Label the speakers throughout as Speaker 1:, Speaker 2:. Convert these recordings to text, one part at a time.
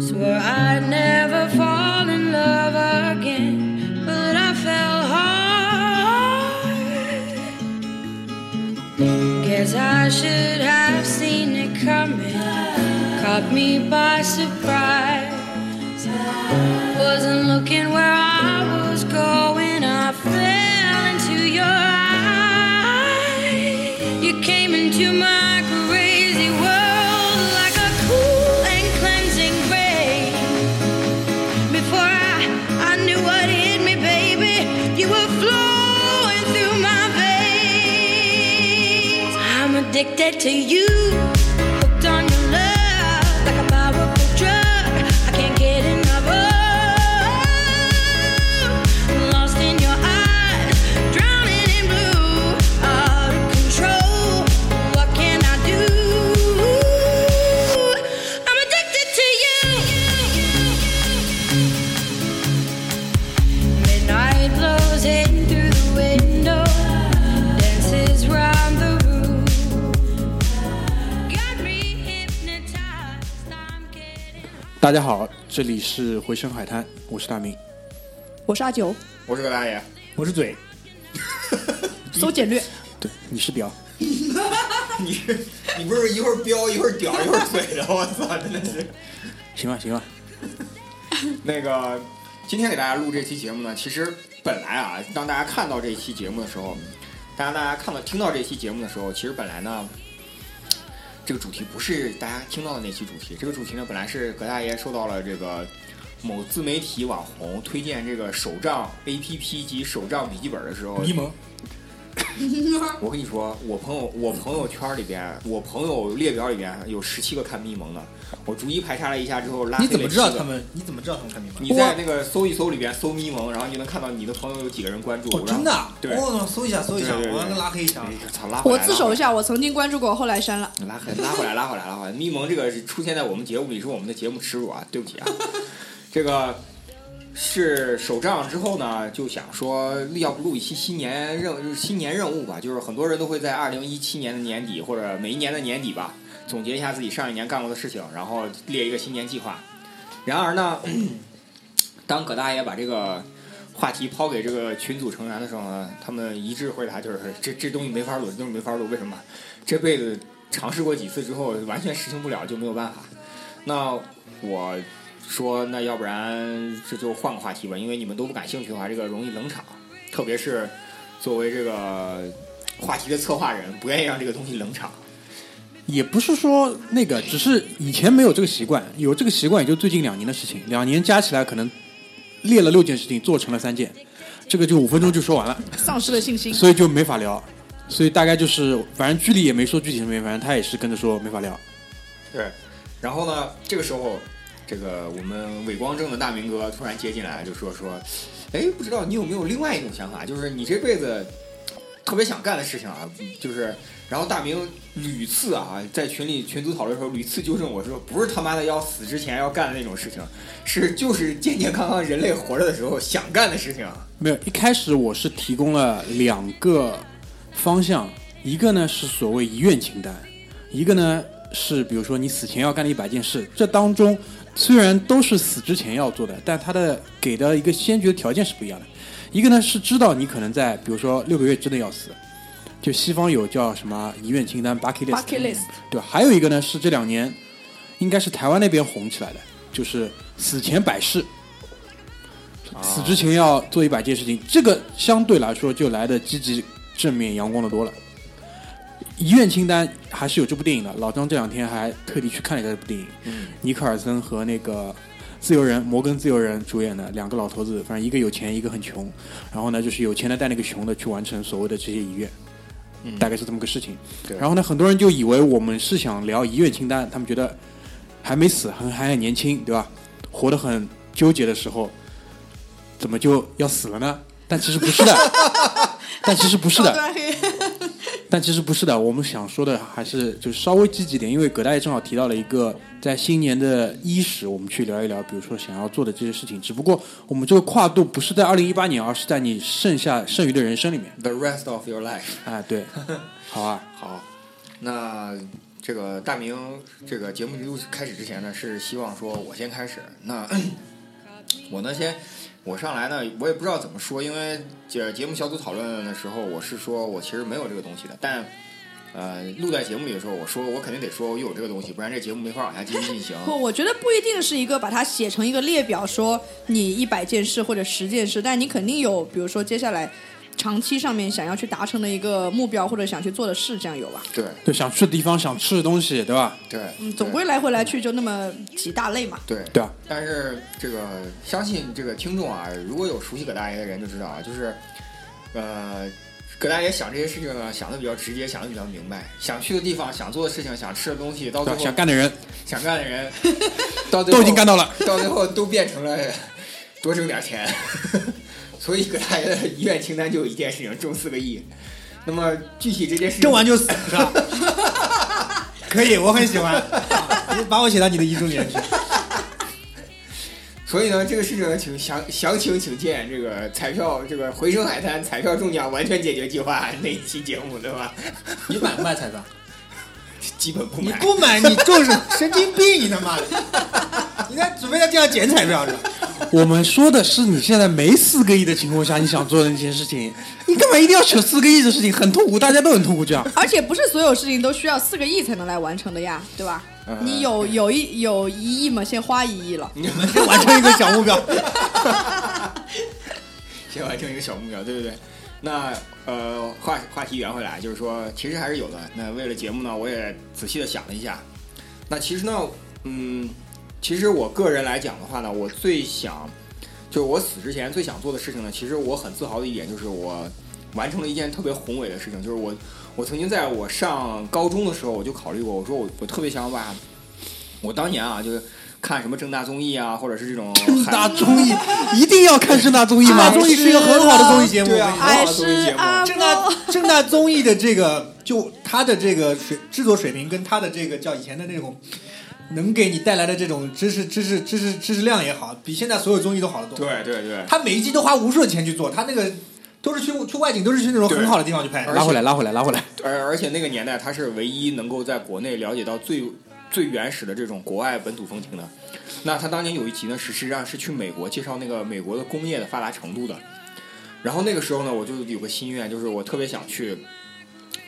Speaker 1: Swore I'd never fall in love again, but I fell hard. Guess I should have seen it coming. Caught me by surprise. Wasn't looking where I was going. I fell into your eyes. You came into my crazy world like a cool and cleansing ray. Before I, I knew what hit me, baby, you were flowing through my veins. I'm addicted to you. hooked on your love, like a powerful drug. I can't get enough of. Lost in your eyes, drowning in blue, out of control. What can I do? I'm addicted to you. Midnight blows in through the window, dances round the room. Got me hypnotized. I'm getting.
Speaker 2: 大家好，这里是回声海滩，我是大明。
Speaker 3: 我是阿九，
Speaker 4: 我是个大爷，
Speaker 5: 我是嘴，
Speaker 3: 搜简略，
Speaker 2: 对，你是屌，
Speaker 4: 你 是你不是一会儿彪一会儿屌一会儿嘴的，我操，真的是。
Speaker 2: 行吧行吧，
Speaker 4: 那个，今天给大家录这期节目呢，其实本来啊，当大家看到这期节目的时候，大家大家看到听到这期节目的时候，其实本来呢，这个主题不是大家听到的那期主题，这个主题呢本来是葛大爷收到了这个某自媒体网红推荐这个手账 APP 及手账笔记本的时候，
Speaker 5: 迷蒙，
Speaker 4: 我跟你说，我朋友我朋友圈里边，我朋友列表里边有十七个看迷蒙的，我逐一排查了一下之后，拉黑
Speaker 5: 你
Speaker 4: 了
Speaker 5: 怎么知道
Speaker 4: 7个
Speaker 5: 他们？你怎么知道他们看迷蒙？
Speaker 4: 你在那个搜一搜里边搜咪蒙，然后你就能看到你的朋友有几个人关注。
Speaker 5: 哦，
Speaker 4: 然后
Speaker 5: 真的啊，
Speaker 4: 对，
Speaker 5: 我搜一下，搜一下，
Speaker 4: 对对对
Speaker 5: 我要拉黑一下
Speaker 4: 哎。操，拉回
Speaker 3: 我
Speaker 4: 来
Speaker 3: 自首一，下，我曾经关注过，后来删了。
Speaker 4: 拉回来拉回来，拉回来，拉回来。咪蒙这个是出现在我们节目里是我们的节目耻辱啊，对不起啊。这个是手账之后呢，就想说，要不录一期新年任新年任务吧？就是很多人都会在二零一七年的年底或者每一年的年底吧，总结一下自己上一年干过的事情，然后列一个新年计划。然而呢， 当葛大爷把这个话题抛给这个群组成员的时候呢，他们一致回答就是这这东西没法录，这东西没法录，为什么？这辈子尝试过几次之后，完全实行不了，就没有办法。那我说，那要不然这就换个话题吧，因为你们都不感兴趣的话，这个容易冷场，特别是作为这个话题的策划人，不愿意让这个东西冷场。
Speaker 2: 也不是说那个，只是以前没有这个习惯，有这个习惯也就最近两年的事情，两年加起来可能列了六件事情，做成了三件，这个就五分钟就说完了，
Speaker 3: 丧失了信心。
Speaker 2: 所以就没法聊。所以大概就是，反正剧里也没说具体什么，反正他也是跟着说没法聊。
Speaker 4: 对，然后呢，这个时候，这个我们伪光正的大明哥突然接进来，就说说，哎，不知道你有没有另外一种想法，就是你这辈子特别想干的事情啊，就是，然后大明屡次啊，在群里群组讨论的时候，屡次纠正我说，不是他妈的要死之前要干的那种事情，是就是健健康康人类活着的时候想干的事情啊。
Speaker 2: 没有，一开始我是提供了两个方向，一个呢是所谓遗愿清单，一个呢是比如说你死前要干的一百件事。这当中虽然都是死之前要做的，但它的给的一个先决的条件是不一样的。一个呢是知道你可能在比如说六个月之内要死，就西方有叫什么遗愿清单 （bucket list）。
Speaker 3: Bucket list
Speaker 2: 对，还有一个呢是这两年应该是台湾那边红起来的，就是死前百事。死之前要做一百件事情，这个相对来说就来的积极、正面、阳光的多了。遗愿清单还是有这部电影的，老张这两天还特地去看了一下这部电影，尼克尔森和那个自由人摩根自由人主演的两个老头子，反正一个有钱，一个很穷，然后呢就是有钱的带那个穷的去完成所谓的这些遗愿，大概是这么个事情。然后呢，很多人就以为我们是想聊遗愿清单，他们觉得还没死，很还很年轻，对吧？活得很纠结的时候，怎么就要死了呢？但其实不是的，但其实不是
Speaker 3: 高
Speaker 2: 的，
Speaker 3: 端黑，
Speaker 2: 但其实不是的。我们想说的还是就是稍微积极点，因为葛大爷正好提到了一个在新年的伊始，我们去聊一聊，比如说想要做的这些事情。只不过我们这个跨度不是在二零一八年，而是在你剩下剩余的人生里面。哎
Speaker 4: The rest of your life。
Speaker 2: 啊，对，好啊，
Speaker 4: 好，那这个大明这个节目录开始之前呢，是希望说我先开始。那 我呢先我上来呢，我也不知道怎么说，因为节节目小组讨论的时候，我是说我其实没有这个东西的，但。呃，录在节目里的时候，我说我肯定得说我有这个东西，不然这节目没法往下继续 进行。
Speaker 3: 不，我觉得不一定是一个把它写成一个列表，说你一百件事或者十件事，但你肯定有，比如说接下来长期上面想要去达成的一个目标或者想去做的事，这样有吧？
Speaker 4: 对
Speaker 2: 对，想去的地方，想吃的东西，对吧？
Speaker 4: 对，
Speaker 3: 嗯，总
Speaker 4: 对
Speaker 3: 归来回来去就那么几大类嘛。
Speaker 4: 对
Speaker 2: 对啊，
Speaker 4: 但是这个相信这个听众啊，如果有熟悉葛大爷的人就知道啊，就是呃，葛大爷想这些事情呢，想的比较直接，想的比较明白，想去的地方，想做的事情，想吃的东西，到
Speaker 2: 对
Speaker 4: 最
Speaker 2: 吧？
Speaker 4: 后
Speaker 2: 想干的人
Speaker 4: 想干的人，到 最后
Speaker 2: 都已经干到了，
Speaker 4: 到最后都变成了多挣点钱， 所以葛大爷的遗愿清单就有一件事情，中四个亿。那么具体这件事情
Speaker 5: 挣
Speaker 2: 啊
Speaker 5: 完就死是吧？可以，我很喜欢，你把我写到你的遗嘱里面去。
Speaker 4: 所以呢，这个事情呢，请详详情请见这个彩票这个回声海滩彩票中奖完全解决计划那一期节目，对吧？
Speaker 5: 你买不买彩票？
Speaker 4: 基本不
Speaker 5: 你
Speaker 4: 买。
Speaker 5: 不买，你就是神经病！你他妈的，你在准备在地上捡彩票是吧？
Speaker 2: 我们说的是你现在没四个亿的情况下，你想做的那些事情，你干嘛一定要扯四个亿的事情？很痛苦，大家都很痛苦，这样。
Speaker 3: 而且不是所有事情都需要四个亿才能来完成的呀，对吧？你有有一有一亿嘛，先花一亿了。
Speaker 4: 你们
Speaker 5: 完成一个小目标，
Speaker 4: 先完成一个小目标，对不对？那呃，话话题圆回来，就是说，其实还是有的。那为了节目呢，我也仔细的想了一下。那其实呢，嗯，其实我个人来讲的话呢，我最想，就是我死之前最想做的事情呢，其实我很自豪的一点就是我完成了一件特别宏伟的事情，就是我我曾经在我上高中的时候，我就考虑过，我说我我特别想把，我当年啊，就是看什么正大综艺啊，或者是这种
Speaker 2: 正
Speaker 4: 韩
Speaker 2: 大综艺一定要看正大综艺
Speaker 5: 正大
Speaker 2: 吗？
Speaker 5: 综艺是一个很好的综艺节目。
Speaker 4: 对哎啊
Speaker 5: 我跟你说
Speaker 4: 哎
Speaker 3: 爱
Speaker 4: 综
Speaker 3: 是
Speaker 4: 艺节目
Speaker 3: 阿
Speaker 5: 正
Speaker 3: 波
Speaker 5: 大正大综艺的这个，就它的这个水制作水平跟它的这个叫以前的那种，能给你带来的这种知识知识知识知识量也好，比现在所有综艺都好得多。
Speaker 4: 对对对，
Speaker 5: 他每一季都花无数的钱去做，他那个都是去去外景，都是去那种很好的地方去拍。
Speaker 2: 拉回来，拉回来，拉回来。
Speaker 4: 而而且那个年代，他是唯一能够在国内了解到最最原始的这种国外本土风情的。那他当年有一集呢，是实际上是去美国介绍那个美国的工业的发达程度的。然后那个时候呢，我就有个心愿，就是我特别想去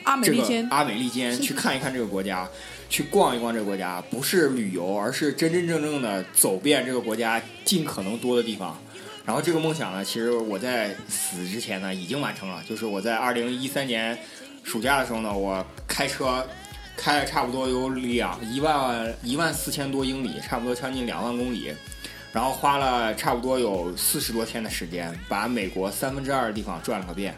Speaker 3: 阿美
Speaker 4: 这
Speaker 3: 利
Speaker 4: 个
Speaker 3: 坚，
Speaker 4: 阿美利坚去看一看这个国家，去逛一逛这个国家，不是旅游，而是真真正正的走遍这个国家尽可能多的地方。然后这个梦想呢，其实我在死之前呢已经完成了，就是我在二零一三年暑假的时候呢，我开车开了差不多有两一万一万四千多英里，差不多将近两万公里，然后花了差不多有四十多天的时间，把美国三分之二的地方转了个遍。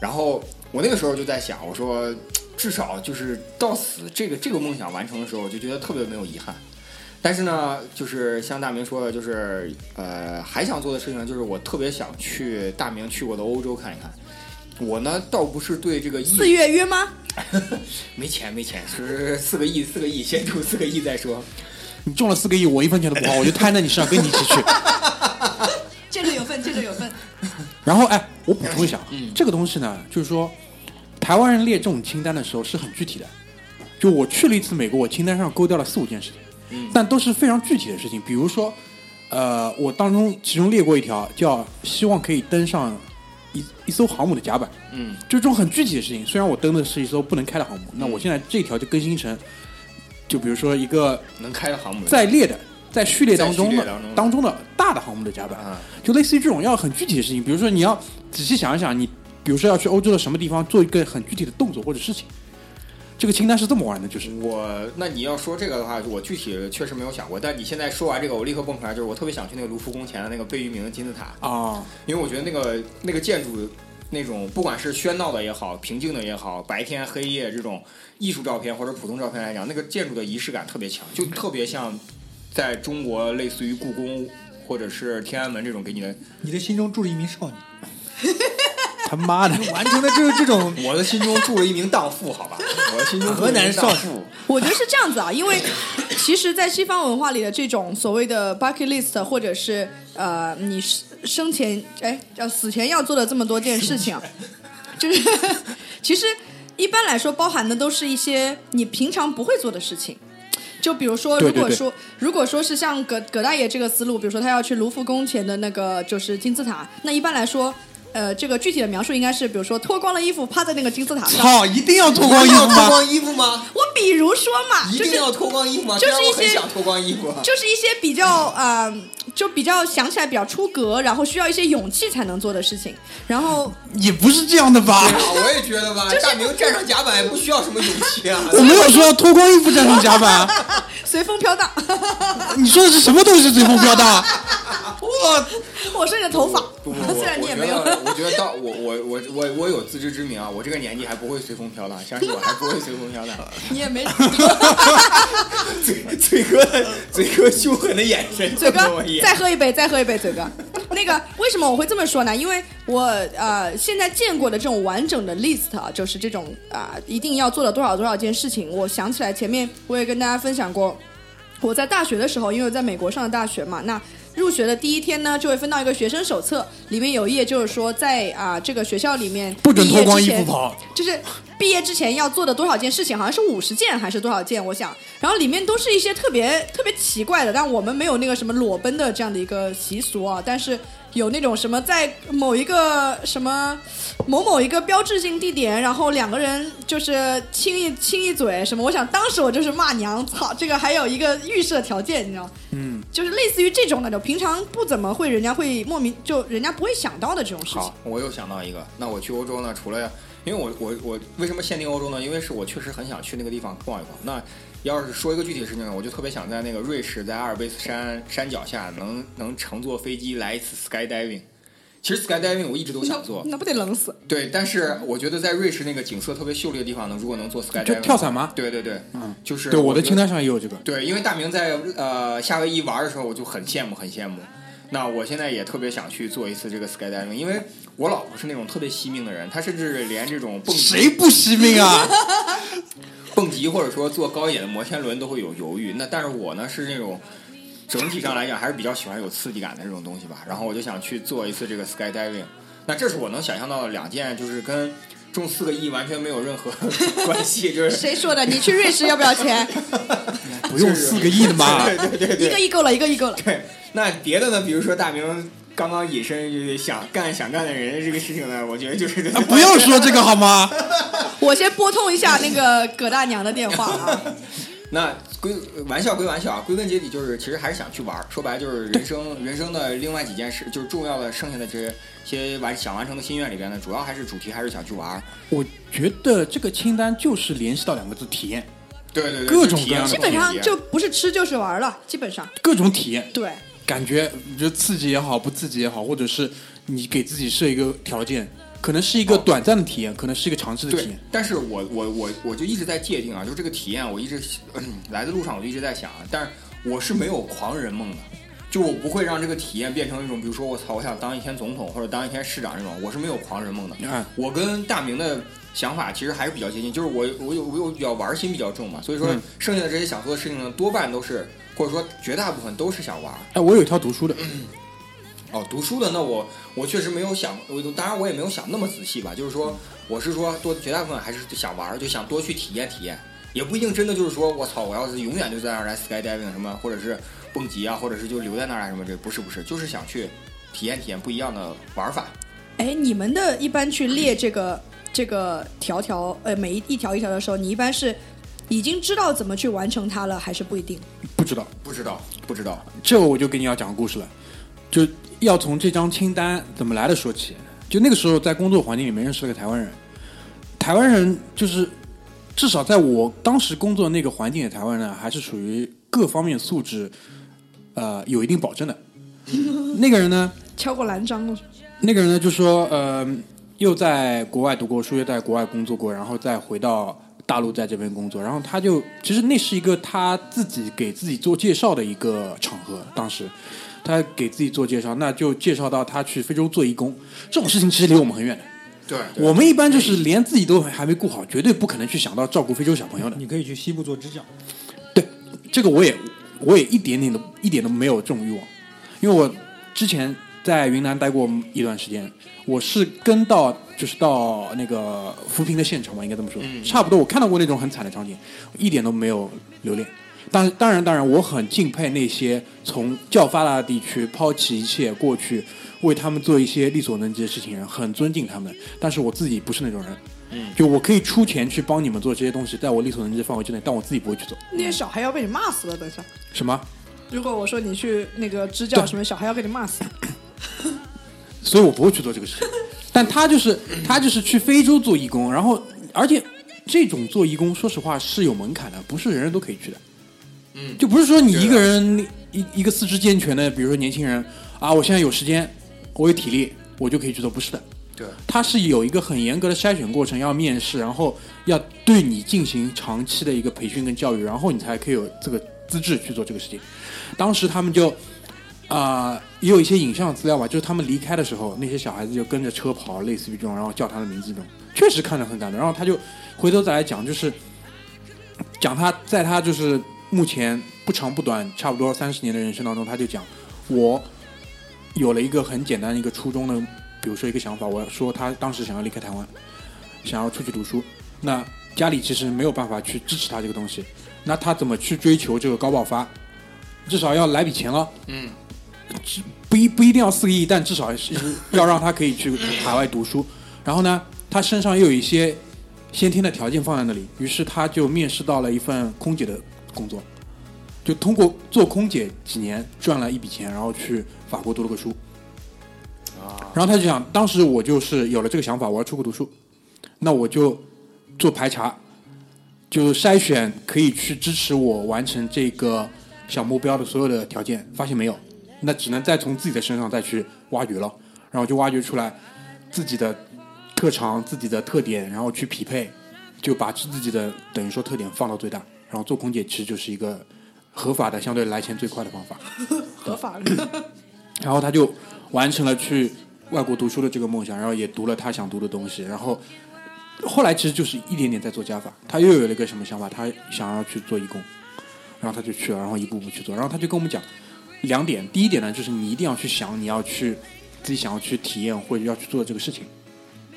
Speaker 4: 然后我那个时候就在想，我说至少就是到死这个这个梦想完成的时候，我就觉得特别没有遗憾。但是呢，就是像大明说的，就是呃，还想做的事情呢，就是我特别想去大明去过的欧洲看一看。我呢，倒不是对这个
Speaker 3: 四
Speaker 4: 亿
Speaker 3: 月约吗？
Speaker 4: 没钱没钱，是四个亿四个亿，先出四个亿再说。
Speaker 2: 你中了四个亿，我一分钱都不花，我就摊在你身上，跟你一起去。
Speaker 3: 这个有份，这个有份。
Speaker 2: 然后，哎，我补充一下，这个东西呢，就是说，台湾人列这种清单的时候是很具体的。就我去了一次美国，我清单上勾掉了四五件事情，但都是非常具体的事情。比如说，呃，我当中其中列过一条，叫希望可以登上一一艘航母的甲板。
Speaker 4: 嗯，
Speaker 2: 就这种很具体的事情。虽然我登的是一艘不能开的航母，那我现在这条就更新成，就比如说一个
Speaker 4: 能开的航母
Speaker 2: 在列的，在序列当
Speaker 4: 在
Speaker 2: 中
Speaker 4: 序列
Speaker 2: 的
Speaker 4: 当中的
Speaker 2: 当中的大的航母的甲板，
Speaker 4: 啊，
Speaker 2: 就类似于这种要很具体的事情，比如说你要仔细想一想，你比如说要去欧洲的什么地方做一个很具体的动作或者事情，这个清单是这么玩的，就是
Speaker 4: 我那你要说这个的话，我具体确实没有想过。但你现在说完这个，我立刻蹦出来，就是我特别想去那个卢浮宫前的那个贝聿铭的金字塔，
Speaker 2: 啊，
Speaker 4: 因为我觉得那个那个建筑那种不管是喧闹的也好，平静的也好，白天黑夜这种艺术照片或者普通照片来讲，那个建筑的仪式感特别强，就特别像在中国类似于故宫或者是天安门这种给你的。
Speaker 5: 你的心中住着一名少女，
Speaker 2: 他妈的，
Speaker 5: 完成的就是这种
Speaker 4: 我的心中住了一名荡妇，好吧，我的心中住了一名荡
Speaker 5: 河南少
Speaker 4: 妇。
Speaker 3: 我觉得是这样子啊，因为其实，在西方文化里的这种所谓的 bucket list，或者是呃，你生生前哎，要死前要做的这么多件事情啊，就是 其实一般来说包含的都是一些你平常不会做的事情。就比如说，
Speaker 2: 对
Speaker 3: 如
Speaker 2: 对
Speaker 3: 果
Speaker 2: 对
Speaker 3: 说如果说是像葛葛大爷这个思路，比如说他要去卢浮宫前的那个就是金字塔，那一般来说，呃，这个具体的描述应该是，比如说脱光了衣服趴在那个金字塔 上。
Speaker 2: 操，一定要脱光衣
Speaker 4: 要
Speaker 2: 服
Speaker 4: 脱
Speaker 2: 吗？
Speaker 4: 光衣服吗？
Speaker 3: 我比如说嘛，
Speaker 4: 一
Speaker 3: 就
Speaker 4: 定
Speaker 3: 是
Speaker 4: 要脱光衣服吗？
Speaker 3: 就是
Speaker 4: 虽然我
Speaker 3: 一
Speaker 4: 很
Speaker 3: 些
Speaker 4: 想脱光衣服。啊
Speaker 3: 就是一些比较啊、呃就比较想起来比较出格，然后需要一些勇气才能做的事情。然后
Speaker 2: 也不是这样的吧？
Speaker 4: 啊，我也觉得吧，
Speaker 3: 就是
Speaker 4: 大明站上甲板也不需要什么勇气啊。
Speaker 2: 我没有说要脱光衣服站上甲 板啊，
Speaker 3: 随风飘荡，
Speaker 2: 你说的是什么东西？随风飘 荡？我
Speaker 3: 我是你的头发
Speaker 4: 不不，不，
Speaker 3: 虽然你也没
Speaker 4: 我
Speaker 3: 有
Speaker 4: 觉。得我觉得到我我我我我有自知之明啊，我这个年纪还不会随风飘荡，相信我还不会随 风飘荡。
Speaker 3: 你也 没，
Speaker 4: 嘴嘴哥的嘴哥凶狠的眼 神，
Speaker 3: 嘴哥
Speaker 4: 瞪了我一，眼
Speaker 3: 再喝一杯，再喝一杯，嘴哥。 那个为什么我会这么说呢？因为我呃现在见过的这种完整的 list 啊，就是这种啊、一定要做了多少多少件事情。我想起来前面我也跟大家分享过，我在大学的时候，因为我在美国上的大学嘛，那入学的第一天呢，就会分到一个学生手册，里面有一页就是说在啊、这个学校里面
Speaker 2: 不准
Speaker 3: 毕业
Speaker 2: 脱光
Speaker 3: 之
Speaker 2: 衣服
Speaker 3: 前
Speaker 2: 跑，
Speaker 3: 就是毕业之前要做的多少件事情，好像是五十件还是多少件，我想。然后里面都是一些特别特别奇怪的，但我们没有那个什么裸奔的这样的一个习俗啊，但是有那种什么在某一个什么某某一个标志性地点，然后两个人就是亲一亲一嘴什么，我想当时我就是骂娘，操，这个还有一个预设条件，你知道。就是类似于这种那种，平常不怎么会，人家会莫名就人家不会想到的这种事情
Speaker 4: 好。，我又想到一个，那我去欧洲呢，除了因为我我我为什么限定欧洲呢？因为是我确实很想去那个地方逛一逛。那要是说一个具体的事情呢，我就特别想在那个瑞士，在阿尔卑斯山山脚下能能乘坐飞机来一次 skydiving。其实 skydiving 我一直都想做
Speaker 3: 那，那不得冷死？
Speaker 4: 对，但是我觉得在瑞士那个景色特别秀丽的地方呢，如果能做 skydiving，
Speaker 2: 就跳伞吗
Speaker 4: 对对对，嗯，就是
Speaker 2: 对我的
Speaker 4: 觉得
Speaker 2: 清单上也有这个。
Speaker 4: 对，因为大明在呃夏威夷玩的时候，我就很羡慕，很羡慕。那我现在也特别想去做一次这个 skydiving，因为我老婆是那种特别惜命的人，她甚至连这种蹦
Speaker 2: 谁
Speaker 4: 极、
Speaker 2: 不惜命啊？
Speaker 4: 蹦极或者说坐高一点的摩天轮都会有犹豫。那但是我呢是那种整体上来讲还是比较喜欢有刺激感的这种东西吧。然后我就想去做一次这个 skydiving。那这是我能想象到的两件，就是跟中四个亿完全没有任何 关系，就是
Speaker 3: 谁说的？你去瑞士要不要钱？
Speaker 2: 不用四个亿的嘛，
Speaker 4: 对对对对，
Speaker 3: 一个亿够了，一个亿够了。
Speaker 4: 对，那别的呢？比如说大明刚刚引申想干想干的人这个事情呢，我觉得就是
Speaker 2: 啊 不要说这个好吗？
Speaker 3: 我先拨通一下那个葛大娘的电话 啊。
Speaker 4: 那归玩笑归玩笑啊，归根结底就是其实还是想去玩儿。说白了就是人生人生的另外几件事，就是重要的剩下的这些完想完成的心愿里边呢，主要还是主题还是想去玩儿。
Speaker 2: 我觉得这个清单就是联系到两个字：体验，
Speaker 4: 对对对，
Speaker 2: 各种
Speaker 4: 就是体
Speaker 2: 各
Speaker 4: 验
Speaker 2: 样的啊
Speaker 3: 基
Speaker 4: 这个
Speaker 3: 本
Speaker 4: 季
Speaker 3: 上
Speaker 4: 节
Speaker 3: 就不是吃就是玩了，基本上
Speaker 2: 各种体验，
Speaker 3: 对。
Speaker 2: 感觉你觉得刺激也好，不刺激也好，或者是你给自己设一个条件，可能是一个
Speaker 4: 哦
Speaker 2: 短暂的体验，可能是一个长期的体
Speaker 4: 对
Speaker 2: 验。，
Speaker 4: 但是我我我我就一直在界定啊，就是这个体验，我一直、嗯、来的路上我就一直在想，啊，但是我是没有狂人梦的，就我不会让这个体验变成一种，比如说我操，我想当一天总统或者当一天市长这种，我是没有狂人梦的。
Speaker 2: 嗯
Speaker 4: 我跟大明的想法其实还是比较接近，就是我我有我有比较玩心比较重嘛，所以说
Speaker 2: 嗯
Speaker 4: 剩下的这些想做的事情呢，多半都是或者说绝大部分都是想玩。
Speaker 2: 哎，我有一条读书的，
Speaker 4: 嗯哦，读书的那我我确实没有想，我当然我也没有想那么仔细吧，就是说我是说多绝大部分还是想玩儿，就想多去体验体验，也不一定真的就是说我操，我要是永远就在那儿来 skydiving 什么，或者是蹦极啊，或者是就留在那儿啊什么，这不是不是，就是想去体验体验不一样的玩法。
Speaker 3: 哎，你们的一般去列这个这个条条，呃，每一一条一条的时候，你一般是已经知道怎么去完成它了，还是不一定？
Speaker 2: 不知道
Speaker 4: 不知道，不知道，
Speaker 2: 这我就给你要讲个故事了，就要从这张清单怎么来的说起。就那个时候在工作环境里面认识了个台湾人，台湾人就是至少在我当时工作那个环境的台湾人啊，还是属于各方面素质呃有一定保证 的。那个人呢，
Speaker 3: 敲过蓝章了，
Speaker 2: 那个人呢就说，呃，又在国外读过书，又在国外工作过，然后再回到大陆在这边工作，然后他就其实那是一个他自己给自己做介绍的一个场合，当时他给自己做介绍，那就介绍到他去非洲做义工，这种事情其实离我们很远的。
Speaker 4: 对，
Speaker 2: 我们一般就是连自己都还没顾好，绝对不可能去想到照顾非洲小朋友的。
Speaker 5: 你可以去西部做支教，
Speaker 2: 对，这个我也我也一点点的一点都没有这种欲望，因为我之前在云南待过一段时间，我是跟到就是到那个扶贫的现场吧，应该这么说，嗯差不多。我看到过那种很惨的场景，一点都没有留恋。当当然当然，我很敬佩那些从较发达的地区抛弃一切过去，为他们做一些力所能及的事情的人，很尊敬他们。但是我自己不是那种人，嗯，就我可以出钱去帮你们做这些东西，在我力所能及的范围之内，但我自己不会去做。
Speaker 3: 那些小孩要被你骂死了，等一下。
Speaker 2: 什么？
Speaker 3: 如果我说你去那个支教什么，小孩要给你骂死。
Speaker 2: 所以我不会去做这个事情。但他就是他就是去非洲做义工，然后而且这种做义工，说实话是有门槛的，不是人人都可以去的。嗯，就不是说你一个人一一个四肢健全的，比如说年轻人啊，我现在有时间，我有体力，我就可以去做，不是的。
Speaker 4: 对，
Speaker 2: 它是有一个很严格的筛选过程，要面试，然后要对你进行长期的一个培训跟教育，然后你才可以有这个资质去做这个事情。当时他们就啊、也有一些影像资料吧，就是他们离开的时候，那些小孩子就跟着车跑，类似于这种，然后叫他的名字这种，确实看着很感动。然后他就回头再来讲，就是讲他在他就是目前不长不短，差不多三十年的人生当中，他就讲我有了一个很简单的一个初衷的，比如说一个想法，我说他当时想要离开台湾，想要出去读书，那家里其实没有办法去支持他这个东西，那他怎么去追求这个高爆发？至少要来笔钱了，嗯，不一不一定要四个亿，但至少是要让他可以去海外读书。然后呢，他身上又有一些先天的条件放在那里，于是他就面试到了一份空姐的工作，就通过做空姐几年赚了一笔钱，然后去法国读了个书。然后他就想，当时我就是有了这个想法，我要出国读书，那我就做排查，就筛选可以去支持我完成这个小目标的所有的条件，发现没有，那只能再从自己的身上再去挖掘了，然后就挖掘出来自己的特长、自己的特点，然后去匹配，就把自己的等于说特点放到最大，然后做空姐其实就是一个合法的、相对来钱最快的方法。
Speaker 3: 合法了。
Speaker 2: 然后他就完成了去外国读书的这个梦想，然后也读了他想读的东西，然后后来其实就是一点点在做加法，他又有了一个什么想法，他想要去做义工，然后他就去了，然后一步步去做，然后他就跟我们讲两点，第一点呢就是你一定要去想你要去自己想要去体验或者要去做的这个事情，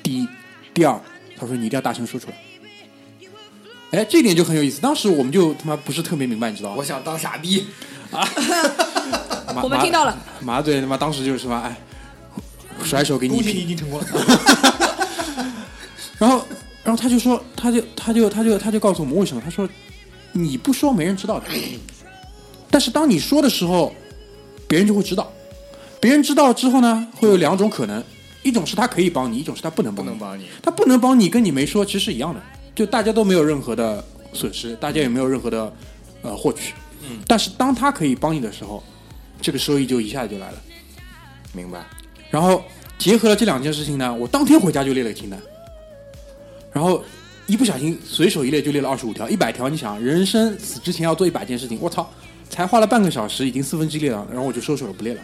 Speaker 2: 第一，第二，他说你一定要大声说出来。哎，这一点就很有意思。当时我们就他妈不是特别明白，你知道吧
Speaker 4: 我？想当傻逼，
Speaker 2: 麻
Speaker 3: 我们听到了，
Speaker 2: 麻麻醉他妈当时就是什么，哎，甩手给你
Speaker 5: 恭
Speaker 2: 一
Speaker 5: 喜
Speaker 2: 屁
Speaker 5: 你已经成功了。
Speaker 2: 然后，然后他就说，他就他就他就他就告诉我们为什么？他说，你不说没人知道的，但是当你说的时候，别人就会知道。别人知道之后呢，会有两种可能，一种是他可以帮你，一种是他不能帮你。
Speaker 4: 不能帮你
Speaker 2: 他不能帮你，跟你没说其实是一样的，就大家都没有任何的损失，大家也没有任何的呃获取。嗯。但是当他可以帮你的时候，这个收益就一下子就来了。
Speaker 4: 明白？
Speaker 2: 然后结合了这两件事情呢，我当天回家就列了个清单，然后一不小心随手一列就列了二十五条，一百条。你想，人生死之前要做一百件事情，我操，才花了半个小时，已经四分之一列了，然后我就收手了，不列了。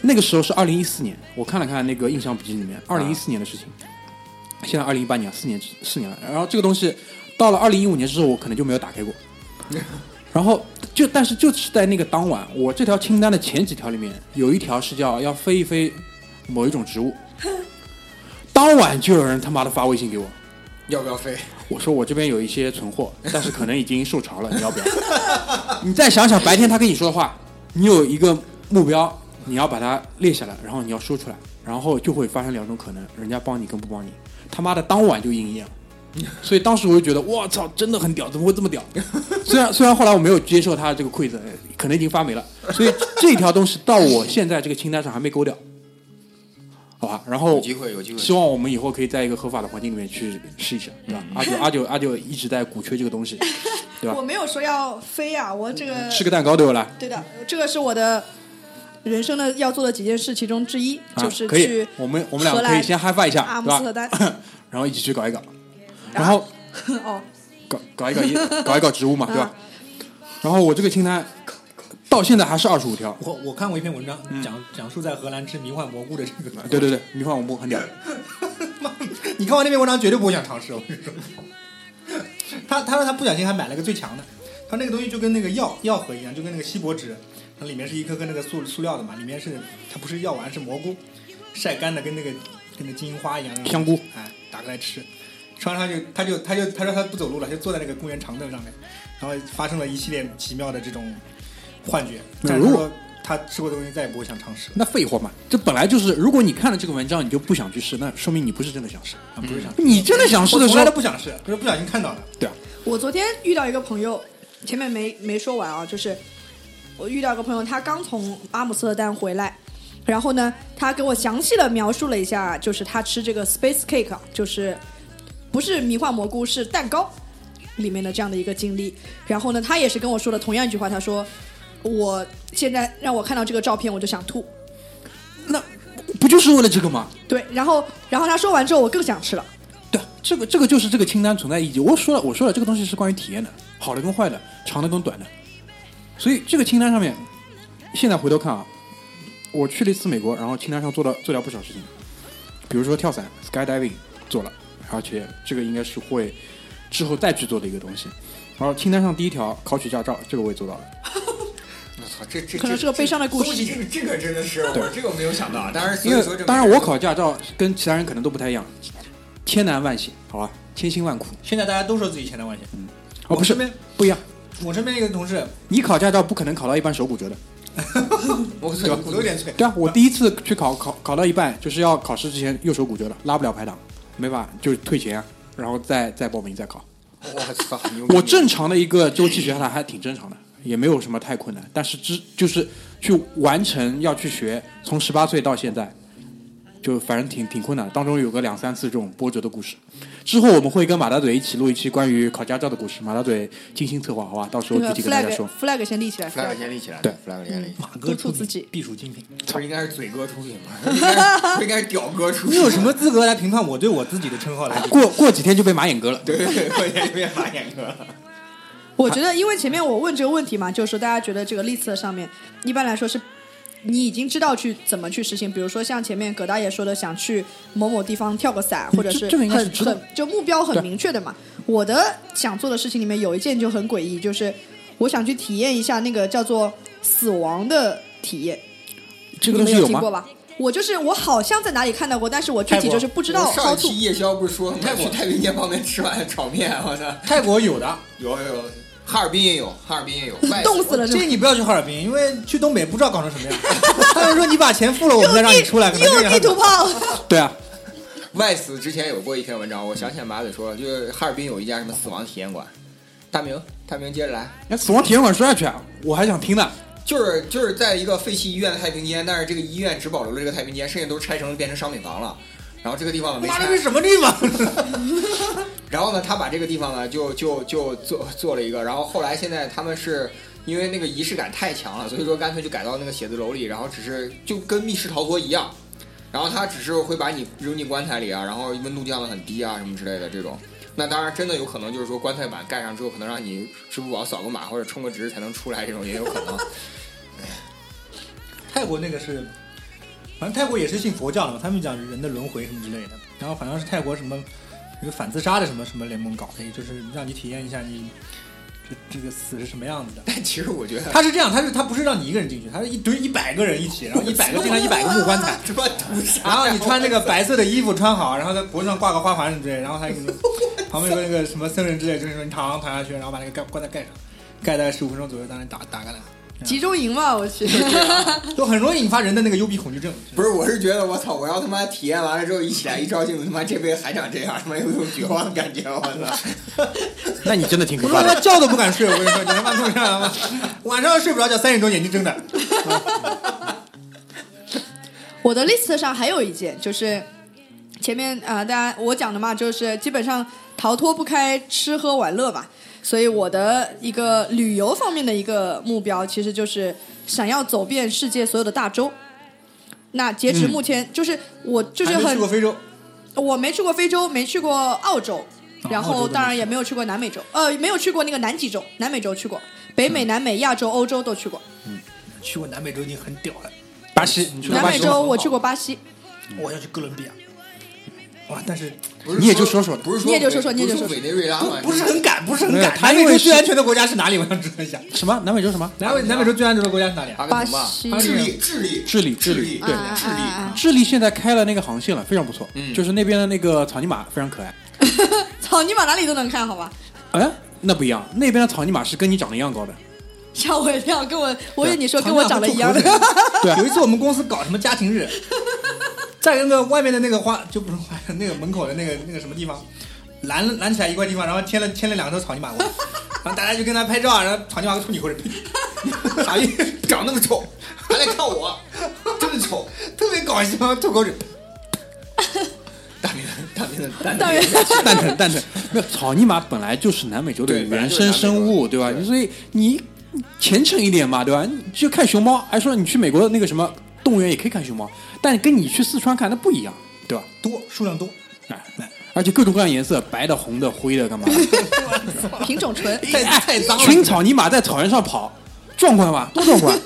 Speaker 2: 那个时候是二零一四年，我看了看那个印象笔记里面，二零一四年的事情，现在二零一八年，四年之四年了。然后这个东西到了二零一五年之后，我可能就没有打开过。然后就但是就是在那个当晚，我这条清单的前几条里面有一条是叫要飞一飞某一种植物。当晚就有人他妈的发微信给我，
Speaker 4: 要不要飞？
Speaker 2: 我说我这边有一些存货，但是可能已经受潮了，你要不 要？你再想想白天他跟你说的话，你有一个目标，你要把它列下来，然后你要说出来，然后就会发生两种可能，人家帮你跟不帮你。他妈的当晚就应验了。所以当时我就觉得，我操，真的很屌，怎么会这么屌？虽然 虽然后来我没有接受他的这个馈赠，可能已经发霉了，所以这条东西到我现在这个清单上还没勾掉，好吧？然后
Speaker 4: 有机会有机会
Speaker 2: 希望我们以后可以在一个合法的环境里面去试一下，对
Speaker 3: 嗯
Speaker 2: 吧？阿九阿九阿九一直在鼓吹这个东西，对吧
Speaker 3: 我？没有说要飞啊，我这个
Speaker 2: 吃个蛋糕对我来，
Speaker 3: 对的，这个是我的人生的要做的几件事其中之一，
Speaker 2: 啊
Speaker 3: 就是
Speaker 2: 可
Speaker 3: 去
Speaker 2: 以，我们我们两个
Speaker 3: 荷
Speaker 2: 可以
Speaker 3: 兰
Speaker 2: 先嗨翻一下，
Speaker 3: 阿姆斯
Speaker 2: 对
Speaker 3: 特
Speaker 2: 吧
Speaker 3: 丹？
Speaker 2: 然后一起去搞一搞，然后
Speaker 3: 哦，
Speaker 2: 搞搞一搞 一搞一搞植物嘛，对吧？然后我这个清单到现在还是二十五条，
Speaker 5: 我我看过一篇文章，讲讲述在荷兰吃迷幻蘑菇的这个。
Speaker 2: 对对对，迷幻我们很屌。
Speaker 5: 你看完那篇文章绝对不会想尝试，我跟你说。他他说他不小心还买了个最强的，他那个东西就跟那个药药盒一样，就跟那个锡箔纸，它里面是一颗颗那个塑塑料的嘛，里面是它不是药丸是蘑菇，晒干的跟那个跟个金银花一样，
Speaker 2: 香菇，
Speaker 5: 哎，打开来吃，吃完他就他就他就他说他不走路了，就坐在那个公园长凳上面，然后发生了一系列奇妙的这种幻觉。
Speaker 2: 美
Speaker 5: 但是
Speaker 2: 如
Speaker 5: 他说他吃过的东西再也不会想尝试了，
Speaker 2: 那废话嘛，这本来就是，如果你看了这个文章，你就不想去试，那说明你不是真的想试。
Speaker 5: 啊，不是想
Speaker 3: 嗯
Speaker 5: 吃。
Speaker 2: 你真的想试的时
Speaker 5: 我从来都
Speaker 2: 候，
Speaker 5: 不想试，可是不小心看到的。
Speaker 2: 对啊，
Speaker 3: 我昨天遇到一个朋友，前面没没说完啊，就是我遇到一个朋友，他刚从阿姆斯特丹回来，然后呢，他给我详细的描述了一下，就是他吃这个 space cake，啊就是不是迷幻蘑菇，是蛋糕里面的这样的一个经历。然后呢，他也是跟我说了同样一句话，他说我现在让我看到这个照片，我就想吐。
Speaker 2: 那不就是为了这个吗？
Speaker 3: 对，然后然后他说完之后，我更想吃了。
Speaker 2: 对啊，这个这个就是这个清单存在意义。我说了，我说了，这个东西是关于体验的，好的跟坏的，长的跟短的。所以这个清单上面，现在回头看啊，我去了一次美国，然后清单上做了做了不少事情，比如说跳伞 （skydiving） 做了，而且这个应该是会之后再去做的一个东西。然后清单上第一条考取驾照，这个我也做到了。
Speaker 4: 我操，这这
Speaker 3: 可能
Speaker 4: 这
Speaker 3: 是个悲伤的故事
Speaker 4: 这这个这个真的是我这个我没有想到，啊当然所
Speaker 2: 因
Speaker 4: 以
Speaker 2: 为
Speaker 4: 说这
Speaker 2: 当然我考驾照跟其他人可能都不太一样，千难万险，好吧，千辛万苦。
Speaker 5: 现在大家都说自己千难万险，
Speaker 2: 哦，不是
Speaker 5: 我这边，
Speaker 2: 不一样。
Speaker 5: 我身边一个同事，
Speaker 2: 你考驾照不可能考到一半手骨折的，
Speaker 4: 我
Speaker 5: 对吧？骨头有点脆，
Speaker 2: 对啊，我第一次去考考考到一半，就是要考试之前右手骨折了，拉不了排档，没法就是退钱啊，然后再再报名再考。
Speaker 4: 我操，牛逼
Speaker 2: 我正常的一个周期学下来还挺正常的，也没有什么太困难。但是之就是去完成要去学，从十八岁到现在，就反正挺挺困难的。当中有个两三次这种波折的故事。之后我们会跟马大嘴一起录一期关于考驾照的故事，马大嘴精心策划，好吧？到时候
Speaker 3: 那
Speaker 2: 具
Speaker 3: 个
Speaker 2: 体跟大家
Speaker 3: 啊 flag
Speaker 2: 说。
Speaker 3: flag 先立起来
Speaker 4: flag 先立起来，
Speaker 2: 对
Speaker 4: ，flag 先立，
Speaker 5: 马
Speaker 3: 督促自己
Speaker 5: 必属精品。
Speaker 4: 不应该是嘴哥出品 吗？应该是应该是屌哥出
Speaker 5: 你
Speaker 4: 品。
Speaker 5: 有什么资格来评判我对我自己的称号来？
Speaker 2: 过过几天就被马眼哥了。
Speaker 4: 对？对对，我也变马眼哥了。
Speaker 3: 我觉得，因为前面我问这个问题嘛，就是说大家觉得这个 list 上面，一般来说是你已经知道去怎么去实行，比如说像前面葛大爷说的，想去某某地方跳个伞，或者
Speaker 2: 这
Speaker 3: 是
Speaker 2: 这个
Speaker 3: 很
Speaker 2: 应该是知道
Speaker 3: 很就目标很
Speaker 2: 对
Speaker 3: 明确的嘛。我的想做的事情里面有一件就很诡异，就是我想去体验一下那个叫做死亡的体验，
Speaker 2: 这个
Speaker 3: 你
Speaker 2: 东
Speaker 3: 们
Speaker 2: 西
Speaker 3: 有听
Speaker 2: 吗
Speaker 3: 过？吧？我就是我好像在哪里看到过，但是我具体就是不知道
Speaker 4: 我
Speaker 3: how
Speaker 4: 上
Speaker 3: to
Speaker 4: 期夜宵不是说
Speaker 5: 泰国
Speaker 4: 去太平间旁边吃碗炒面，我操，
Speaker 5: 泰国 有啊的，
Speaker 4: 有有，哈尔滨也有，哈尔滨也有，外
Speaker 3: 冻死了是吧
Speaker 5: 建议你不要去哈尔滨，因为去东北不知道搞成什么样。 他们说你把钱付了，我们再让你出来，可能这
Speaker 3: 又地图
Speaker 5: 样。
Speaker 3: 炮，
Speaker 2: 对啊，
Speaker 4: 外死之前有过一篇文章，我想起来马嘴说，就是哈尔滨有一家什么死亡体验馆。大明，大明接着来，
Speaker 2: 哎，死亡体验馆说下去啊，我还想听呢。
Speaker 4: 就是就是在一个废弃医院的太平间，但是这个医院只保留了这个太平间，剩下都拆成变成商品房了。然后这个地方呢没
Speaker 5: 妈
Speaker 4: 拆
Speaker 5: 的，，这什么地方？
Speaker 4: 然后呢，他把这个地方呢就就就做做了一个，然后后来现在他们是因为那个仪式感太强了，所以说干脆就改到那个写字楼里，然后只是就跟密室逃脱一样，然后他只是会把你扔进棺材里啊，然后温度降得很低啊什么之类的这种。那当然，真的有可能就是说棺材板盖上之后，可能让你支付宝扫个码或者充个值才能出来，这种也有可能。
Speaker 5: 泰国那个是，反正泰国也是信佛教的嘛，他们讲人的轮回什么之类的。然后反正是泰国什么一个反自杀的什么什么联盟搞的，也就是让你体验一下你这这个死是什么样子的。
Speaker 4: 但其实我觉得，
Speaker 5: 他是这样，他是他不是让你一个人进去，他是一堆一百个人一起，然后一百个进来一百个木 棺材，
Speaker 4: 他妈屠杀，
Speaker 5: 然后你穿那个白色的衣服穿好，然后在脖子上挂个花环什么之类的，然后他给你旁边有个那个什么僧人之类的，就是说你躺躺下去，然后把那个盖棺材盖上，盖大概十五分钟左右，当然打打个蜡，
Speaker 3: 集中营嘛，我 去。
Speaker 5: 就很容易引发人的那个幽闭恐惧症。
Speaker 4: 不是，我是觉得我操，我要他妈体验完了之后一起来一照镜子，他妈这辈子还长这样，他妈有种绝望的感觉，我操！
Speaker 2: 那你真的挺
Speaker 5: 我
Speaker 2: 可
Speaker 5: 他
Speaker 2: 怕
Speaker 5: 妈
Speaker 2: 的。
Speaker 5: 觉都不敢睡，我跟你说，你他妈弄这样吗？晚上睡不着觉，三点钟眼睛睁着。
Speaker 3: 我的 list 上还有一件，就是前面啊、呃大家我讲的嘛，就是基本上逃脱不开吃喝玩乐吧。所以我的一个旅游方面的一个目标，其实就是想要走遍世界所有的大洲。那截止目前，就是我就是
Speaker 5: 嗯还没
Speaker 3: 很
Speaker 5: 去过非洲，
Speaker 3: 我没去过非洲，没去过澳洲，然
Speaker 5: 澳洲
Speaker 3: 后
Speaker 5: 都
Speaker 3: 当
Speaker 5: 没
Speaker 3: 然也没有去过南美洲，呃，没有去过那个南极洲，南美洲去过，北美、南美、亚洲、欧洲都去过。
Speaker 5: 去过南美洲已经很屌了。
Speaker 2: 巴西，你去过
Speaker 3: 南
Speaker 2: 巴
Speaker 3: 美
Speaker 2: 西
Speaker 3: 洲
Speaker 2: 吗？
Speaker 3: 我去过巴西，
Speaker 5: 我要去哥伦比亚，哇，但是
Speaker 4: 不是
Speaker 2: 你也就说说
Speaker 4: 不是
Speaker 3: 你也就
Speaker 4: 委
Speaker 3: 说说你也就
Speaker 4: 不是
Speaker 3: 说说
Speaker 4: 委内瑞拉
Speaker 5: 不
Speaker 4: 嘛，
Speaker 5: 不是很敢，不是很
Speaker 2: 没有
Speaker 5: 敢。
Speaker 2: 他
Speaker 5: 南美
Speaker 2: 因为
Speaker 5: 洲
Speaker 2: 是
Speaker 5: 最安全的国家是哪里？我想知道一下。
Speaker 2: 什么南美洲什么
Speaker 5: 南美南美洲最安全的国家是哪里啊？
Speaker 4: 巴
Speaker 3: 巴
Speaker 4: 根廷吧
Speaker 3: 西
Speaker 5: 巴
Speaker 4: 智
Speaker 5: 根
Speaker 4: 利，智利，
Speaker 2: 智利
Speaker 4: 智
Speaker 2: 智利
Speaker 4: 利，
Speaker 2: 对
Speaker 3: 啊
Speaker 4: 智
Speaker 3: 啊
Speaker 4: 利。
Speaker 3: 啊
Speaker 2: 智利现在开了那个航线了，非常不错。
Speaker 4: 嗯
Speaker 2: 就是那边的那个草泥马非常可爱。
Speaker 3: 草泥马哪里都能看，好吧？
Speaker 2: 哎，那不一样，那边的草泥马是跟你长得一样高的。
Speaker 3: 吓我一跳，跟我我以为你说跟我长得一样的
Speaker 5: 的。
Speaker 2: 对
Speaker 5: 有一次我们公司搞什么家庭日，在那个外面的那个花，就不是花，那个门口的那个那个什么地方，拦拦起来一块地方，然后牵了牵了两头草泥马过来，然后大家就跟他拍照，然后草泥马冲你后 面呸，傻逼，
Speaker 4: 长那么丑，还来看我，这么丑，
Speaker 5: 特别搞笑，吐口水，
Speaker 4: 大明大明大
Speaker 3: 大元，
Speaker 2: 蛋疼蛋疼，没有草泥马本来就是南美洲的
Speaker 4: 对本来
Speaker 2: 原
Speaker 4: 就是南
Speaker 2: 生
Speaker 4: 美洲的
Speaker 2: 生物，对吧？
Speaker 4: 对
Speaker 2: 所以你虔诚一点嘛，对吧？你就看熊猫，还说你去美国的那个什么动物园也可以看熊猫，但跟你去四川看那不一样，对吧？
Speaker 5: 多数量多，
Speaker 2: 哎，而且各种各样颜色，白的、红的、灰的，干嘛的？
Speaker 3: 品种纯。
Speaker 5: 太太脏了，
Speaker 2: 群草泥马在草原上跑，壮观吧？多壮观！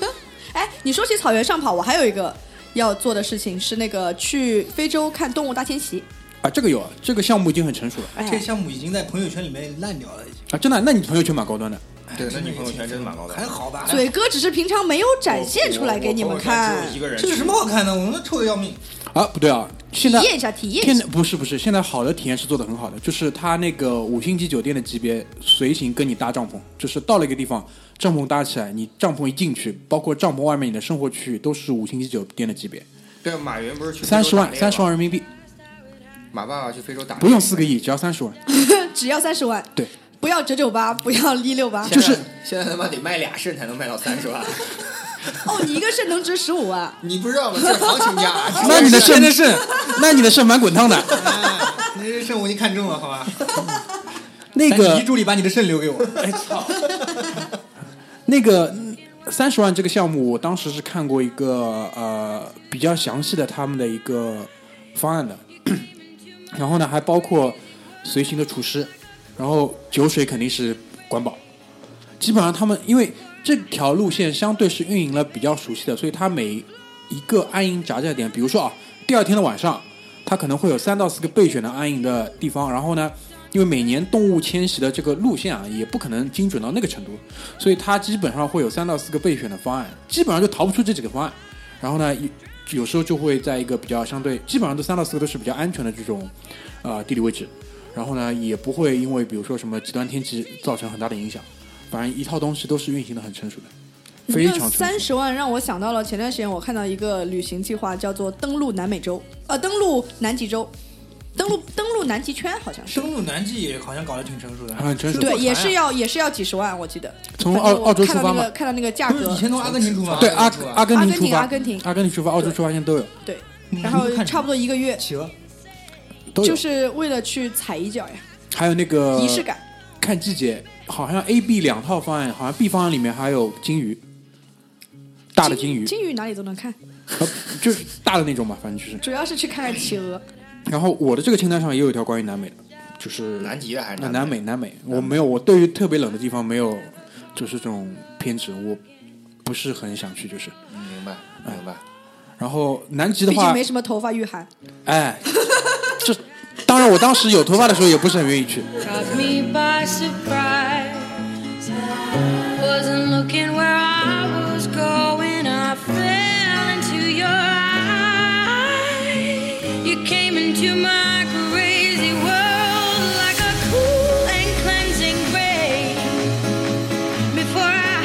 Speaker 3: 哎，你说起草原上跑，我还有一个要做的事情是那个去非洲看动物大迁徙。
Speaker 2: 啊，这个有，这个项目已经很成熟了
Speaker 5: 这个
Speaker 3: 哎，
Speaker 5: 项目已经在朋友圈里面烂掉了，已经。
Speaker 2: 啊，
Speaker 5: 哎
Speaker 2: 真的？那你朋友圈蛮高端的。
Speaker 4: 对，啊那你朋友圈真的蛮高的，
Speaker 5: 还好吧？
Speaker 3: 嘴哥只是平常没有展现出来给你们
Speaker 4: 我我我朋友
Speaker 3: 看
Speaker 4: 圈只有一，个人，
Speaker 5: 这有什么好看的？我们臭的要命。
Speaker 2: 啊，不对啊，
Speaker 3: 体
Speaker 2: 现在
Speaker 3: 验一下，体验
Speaker 2: 现
Speaker 3: 一
Speaker 2: 在
Speaker 3: 下。
Speaker 2: 不是不是，现在好的体验是做的很好的，就是他那个五星级酒店的级别，随行跟你搭帐篷，就是到了一个地方，帐篷搭起来，你帐篷一进去，包括帐篷外面你的生活区域都是五星级酒店的级别，
Speaker 4: 对，马云不是去非洲
Speaker 2: 三十
Speaker 4: 打
Speaker 2: 万
Speaker 4: 猎
Speaker 2: 三十
Speaker 4: 吗，
Speaker 2: 万人民币，
Speaker 4: 马爸爸去非洲打猎，
Speaker 2: 不用四个亿，只要三十万，
Speaker 3: 只要三十万，
Speaker 2: 对，
Speaker 3: 不要九九八， 不要一六八。
Speaker 4: 现在，
Speaker 2: 就是，
Speaker 4: 现在他妈得卖俩肾才能卖到三十万，
Speaker 3: 哦，你一个肾能值十五万，
Speaker 4: 你不知道吗？这是行情价
Speaker 2: 那你的肾的肾，那你的肾蛮滚烫的，
Speaker 5: 哎你这肾我已经看中了，好吧？
Speaker 2: 那
Speaker 5: 赶紧
Speaker 2: 个
Speaker 5: 遗嘱里把你的肾留给 我。
Speaker 2: 那个三十万这个项目，我当时是看过一个呃比较详细的他们的一个方案的， 然后呢还包括随行的厨师，然后酒水肯定是管饱，基本上他们因为这条路线相对是运营了比较熟悉的，所以它每一个安营扎寨点，比如说啊，第二天的晚上，它可能会有三到四个备选的安营的地方。然后呢，因为每年动物迁徙的这个路线啊，也不可能精准到那个程度，所以它基本上会有三到四个备选的方案，基本上就逃不出这几个方案。然后呢，有有时候就会在一个比较相对，基本上都三到四个都是比较安全的这种呃地理位置。然后呢，也不会因为比如说什么极端天气造成很大的影响。反正一套东西都是运行的很成熟的，非常成
Speaker 3: 三
Speaker 2: 熟。
Speaker 3: 十万让我想到了前段时间我看到一个旅行计划，叫做登陆南美洲，呃，登陆南极洲，登陆登陆南极圈好像是。
Speaker 5: 登陆南极好像搞得挺成熟的，
Speaker 2: 很成熟
Speaker 3: 对，
Speaker 5: 坐船
Speaker 3: 也
Speaker 5: 啊
Speaker 3: 是要也是要几十万，我记得。
Speaker 2: 从
Speaker 3: 反正
Speaker 2: 澳
Speaker 3: 我
Speaker 2: 澳洲
Speaker 3: 看到
Speaker 2: 出发
Speaker 3: 那
Speaker 2: 嘛
Speaker 3: 个看到那个价
Speaker 5: 不是
Speaker 3: 格
Speaker 5: 以，前从阿根廷出发，
Speaker 2: 对阿
Speaker 5: 阿根廷出啊发
Speaker 2: 阿根廷出啊发，
Speaker 3: 阿根廷
Speaker 2: 阿根廷出发，澳洲出发，现在都有，
Speaker 3: 对，
Speaker 5: 嗯
Speaker 3: 然后
Speaker 5: 看着
Speaker 3: 差不多一个月，
Speaker 5: 企鹅，
Speaker 2: 都有。呃
Speaker 3: 就是为了去踩一脚呀，
Speaker 2: 还有那个
Speaker 3: 仪式，感。
Speaker 2: 看季节，好像 A、B 两套方案，好像 B 方案里面还有金鱼，大的金鱼，
Speaker 3: 金鱼哪里都能看，
Speaker 2: 呃就是大的那种嘛，反正就是。
Speaker 3: 主要是去看看企鹅。
Speaker 2: 然后我的这个清单上也有一条关于南美的，就是
Speaker 4: 南极的还是
Speaker 2: 那
Speaker 4: 南
Speaker 2: 南美南美，我没有，我对于特别冷的地方没有，就是这种偏执，我不是很想去，就是。
Speaker 4: 嗯明白明白。
Speaker 2: 然后南极的
Speaker 3: 毕竟
Speaker 2: 话
Speaker 3: 没，什么头发御寒。
Speaker 2: 哎，这当然，我当时有头发的时候也不是很愿意去。
Speaker 1: Caught me by surprise. Wasn't looking where I was going. I fell into your eyes. You came into my crazy world like a cool and cleansing ray. Before I,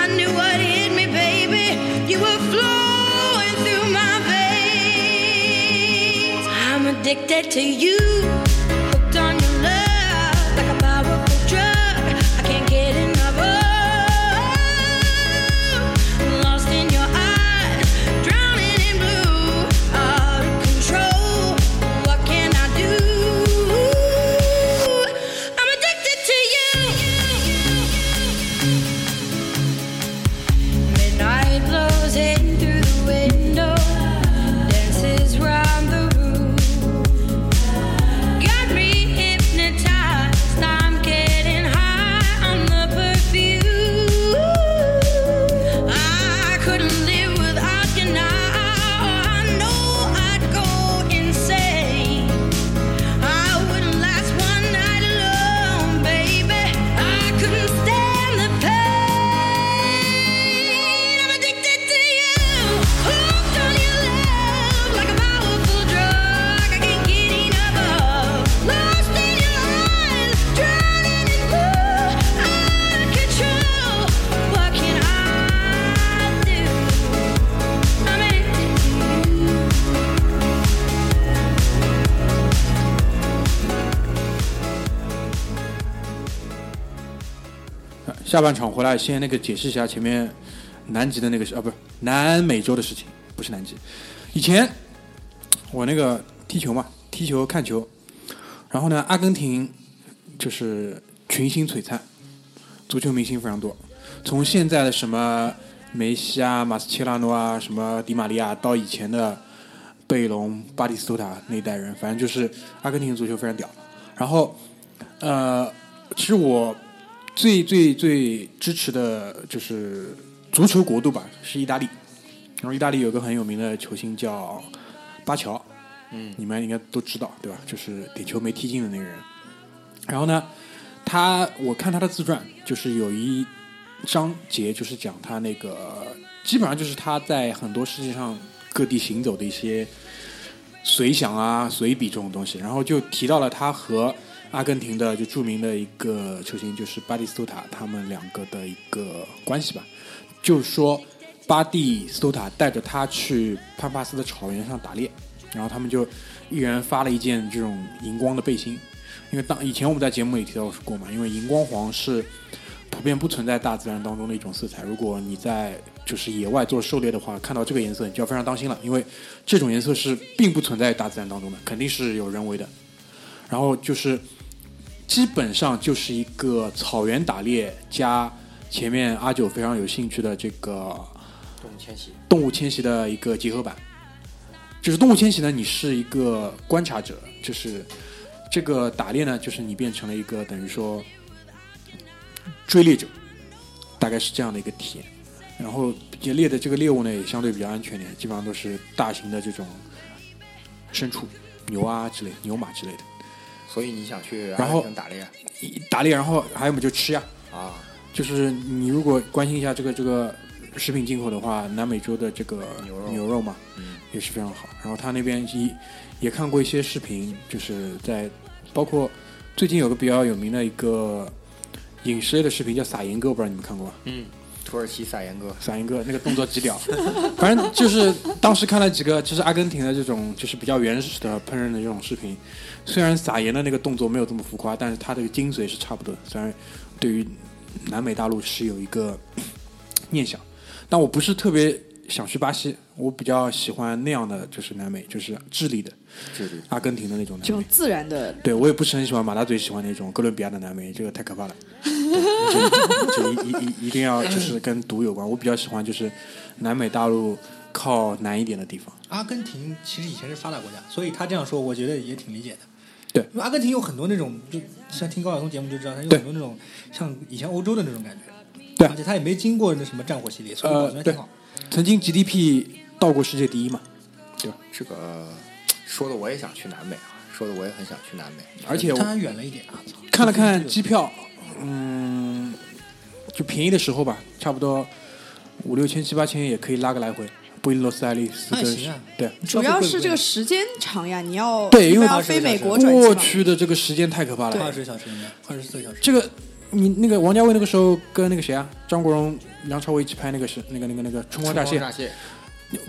Speaker 1: I knew what hit me, baby, you were flowing through my veins. I'm addicted to you hooked on your love like a powerful drug. I can't get enough of. Lost in your eyes, drowning in blue, out of control. What can I do? I'm addicted to you. Midnight blows in through the window, dances round the room. Got
Speaker 2: 下半场回来，先那个解释一下前面南极的那个事啊，不是南美洲的事情，不是南极。以前我那个踢球嘛，踢球看球，然后呢，阿根廷就是群星璀璨，足球明星非常多，从现在的什么梅西啊、马斯切拉诺啊、什么迪玛利亚，到以前的贝隆、巴蒂斯图塔那一代人，反正就是阿根廷的足球非常屌。然后，呃，其实我最最最支持的就是足球国度吧，是意大利。然后意大利有个很有名的球星叫巴乔，嗯，你们应该都知道对吧？就是点球没踢进的那个人。然后呢，他我看他的自传，就是有一章节就是讲他那个，基本上就是他在很多世界上各地行走的一些随想啊、随笔这种东西，然后就提到了他和阿根廷的就著名的一个球星就是巴蒂斯图塔他们两个的一个关系吧，就是说巴蒂斯图塔带着他去潘帕斯的草原上打猎，然后他们就一人发了一件这种荧光的背心，因为当以前我们在节目里提到过嘛，因为荧光黄是普遍不存在大自然当中的一种色彩。如果你在就是野外做狩猎的话，看到这个颜色，你就要非常当心了，因为这种颜色是并不存在大自然当中的，肯定是有人为的。然后就是基本上就是一个草原打猎加前面阿九非常有兴趣的这个
Speaker 4: 动物迁徙，
Speaker 2: 动物迁徙的一个结合版。就是动物迁徙呢，你是一个观察者，就是这个打猎呢，就是你变成了一个等于说追猎者，大概是这样的一个体验。然后也猎的这个猎物呢，也相对比较安全点，基本上都是大型的这种牲畜，牛啊之类、牛马之类的。
Speaker 4: 所以你想去
Speaker 2: 然后
Speaker 4: 阿根廷打猎
Speaker 2: 一打猎，然后还有么就吃呀、
Speaker 4: 啊？
Speaker 2: 就是你如果关心一下这个这个食品进口的话，南美洲的这个
Speaker 4: 牛肉
Speaker 2: 牛肉嘛，
Speaker 4: 嗯
Speaker 2: 也是非常好。然后他那边也也看过一些视频，就是在包括最近有个比较有名的一个饮食类的视频叫撒盐哥，我不知道你们看过吧？
Speaker 4: 嗯，土耳其撒盐哥，
Speaker 2: 闪一个那个动作极屌， 反正就是当时看了几个就是阿根廷的这种就是比较原始的烹饪的这种视频，虽然撒盐的那个动作没有这么浮夸，但是它这个精髓是差不多的。虽然对于南美大陆是有一个念想，但我不是特别想去巴西，我比较喜欢那样的就是南美，就是智利的、
Speaker 4: 智利
Speaker 2: 阿根廷的那种南
Speaker 3: 这
Speaker 2: 美
Speaker 3: 种。自然的，
Speaker 2: 对我也不是很喜欢马大嘴喜欢那种哥伦比亚的南美，这个太可怕了，对就就一一一一定要就是跟毒有关。我比较喜欢就是南美大陆靠南一点的地方，
Speaker 5: 阿根廷其实以前是发达国家，所以他这样说，我觉得也挺理解的。
Speaker 2: 对
Speaker 5: 因为阿根廷有很多那种，就像听高晓松节目就知道，他有
Speaker 2: 对
Speaker 5: 很多那种像以前欧洲的那种感觉。
Speaker 2: 对
Speaker 5: 而且他也没经过那什么战火洗礼，所以
Speaker 2: 呃
Speaker 5: 保存的挺好。
Speaker 2: 曾经 GDP 到过世界第一嘛，对吧？
Speaker 4: 这个说的我也想去南美啊，说的我也很想去南美。
Speaker 2: 而且
Speaker 5: 当
Speaker 2: 我
Speaker 5: 然远了一点啊。操
Speaker 2: 看了看机票，嗯，就便宜的时候吧，差不多五六千七八千也可以拉个来回，布宜诺斯艾利斯
Speaker 5: 那也
Speaker 2: 跟
Speaker 5: 行啊
Speaker 2: 对。
Speaker 3: 主要是这个时间长呀，你要
Speaker 2: 对因为
Speaker 3: 你要飞美国转机
Speaker 2: 过
Speaker 3: 嘛
Speaker 2: 去的这个时间太可怕了，
Speaker 5: 二十小时应该，二十四小时。
Speaker 2: 这个你那个王家卫那个时候跟那个谁啊，张国荣、梁朝伟一起拍那个是那个那个那个《春光乍泄》，
Speaker 4: 大蟹，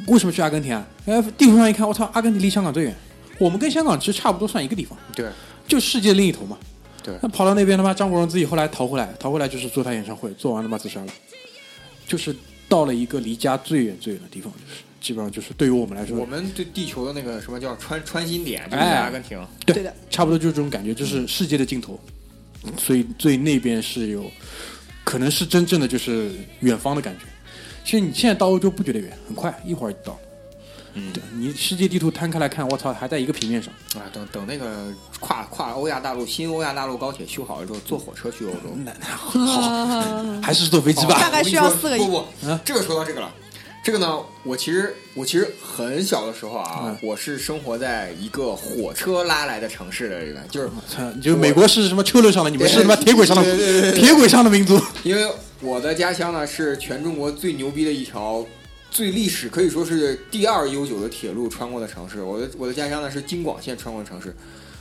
Speaker 2: 为什么去阿根廷啊？哎，地图上一看，我操，阿根廷离香港最远，我们跟香港其实差不多算一个地方，
Speaker 4: 对，
Speaker 2: 就世界另一头嘛。
Speaker 4: 对
Speaker 2: 那跑到那边他妈张国荣自己后来逃回来，逃回来就是做他演唱会，做完他妈自杀了，就是到了一个离家最远最远的地方，就是基本上就是对于我们来说
Speaker 4: 我，们对地球的那个什么叫穿穿心点，就是
Speaker 2: 哎
Speaker 4: 在阿根廷。
Speaker 3: 对的，
Speaker 2: 差不多就是这种感觉，就是世界的尽头，所以最那边是有，可能是真正的就是远方的感觉。其实你现在到欧洲不觉得远，很快一会儿就到。嗯，对你世界地图摊开来看，我操，还在一个平面上。
Speaker 4: 啊，等等那个跨跨欧亚大陆新欧亚大陆高铁修好了之后，坐火车去欧洲。
Speaker 2: 那那
Speaker 4: 嗯
Speaker 2: 好，还是坐飞机吧。
Speaker 4: 哦
Speaker 3: 大概需要四个亿
Speaker 4: 不不，这个说到这个了。这个呢，我其实我其实很小的时候啊，
Speaker 2: 嗯
Speaker 4: 我是生活在一个火车拉来的城市的人，就是
Speaker 2: 操你 就美国是什么车轮上的，你们是他妈铁轨上的
Speaker 4: 对对对对对
Speaker 2: 铁轨上的民族。
Speaker 4: 因为我的家乡呢是全中国最牛逼的一条，最历史可以说是第二悠久的铁路穿过的城市。我的我的家乡呢是京广线穿过的城市，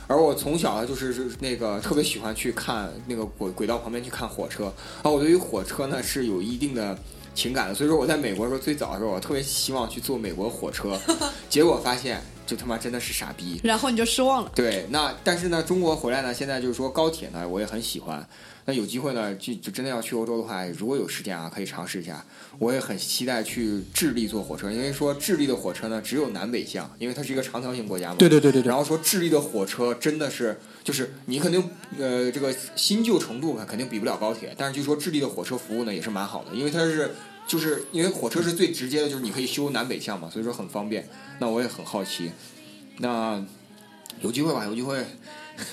Speaker 4: 而我从小呢就是是那个特别喜欢去看那个轨轨道旁边去看火车，啊，我对于火车呢是有一定的。情感的，所以说我在美国的时候，最早的时候，我特别希望去坐美国火车，结果发现就他妈真的是傻逼。
Speaker 3: 然后你就失望了。
Speaker 4: 对，那但是呢，中国回来呢，现在就是说高铁呢，我也很喜欢。那有机会呢，就就真的要去欧洲的话，如果有时间啊，可以尝试一下。我也很期待去智利坐火车，因为说智利的火车呢只有南北向，因为它是一个长条形国家嘛。
Speaker 2: 对对对对对
Speaker 4: 然后说智利的火车真的是，就是你肯定呃这个新旧程度肯定比不了高铁，但是据说智利的火车服务呢也是蛮好的，因为它是就是因为火车是最直接的，就是你可以修南北向嘛，所以说很方便。那我也很好奇，那有机会吧，有机会。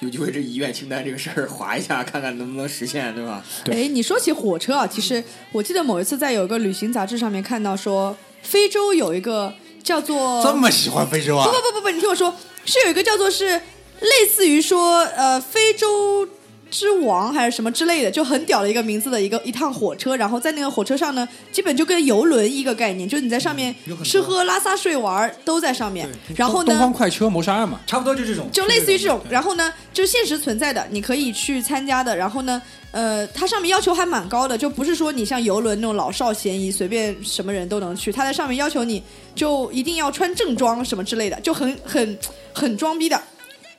Speaker 4: 有机会这遗愿清单这个事儿划一下，看看能不能实现，对吧？
Speaker 2: 对
Speaker 3: 哎，你说起火车啊，其实我记得某一次在有一个旅行杂志上面看到说，非洲有一个叫做
Speaker 5: 这么喜欢非洲啊
Speaker 3: 不？不不不不，你听我说，是有一个叫做是类似于说呃非洲之王还是什么之类的，就很屌的一个名字的一个一趟火车，然后在那个火车上呢，基本就跟游轮一个概念，就是你在上面
Speaker 2: 嗯
Speaker 5: 有很多
Speaker 3: 吃喝拉撒睡玩儿都在上面，然后
Speaker 2: 东方
Speaker 3: 呢。
Speaker 2: 快车谋杀案嘛，
Speaker 5: 差不多就这种，
Speaker 3: 就类似于这种，
Speaker 5: 对
Speaker 3: 然后呢，就现实存在的，你可以去参加的。然后呢，呃，它上面要求还蛮高的，就不是说你像游轮那种老少咸宜，随便什么人都能去。它在上面要求你就一定要穿正装什么之类的，就很很很装逼的，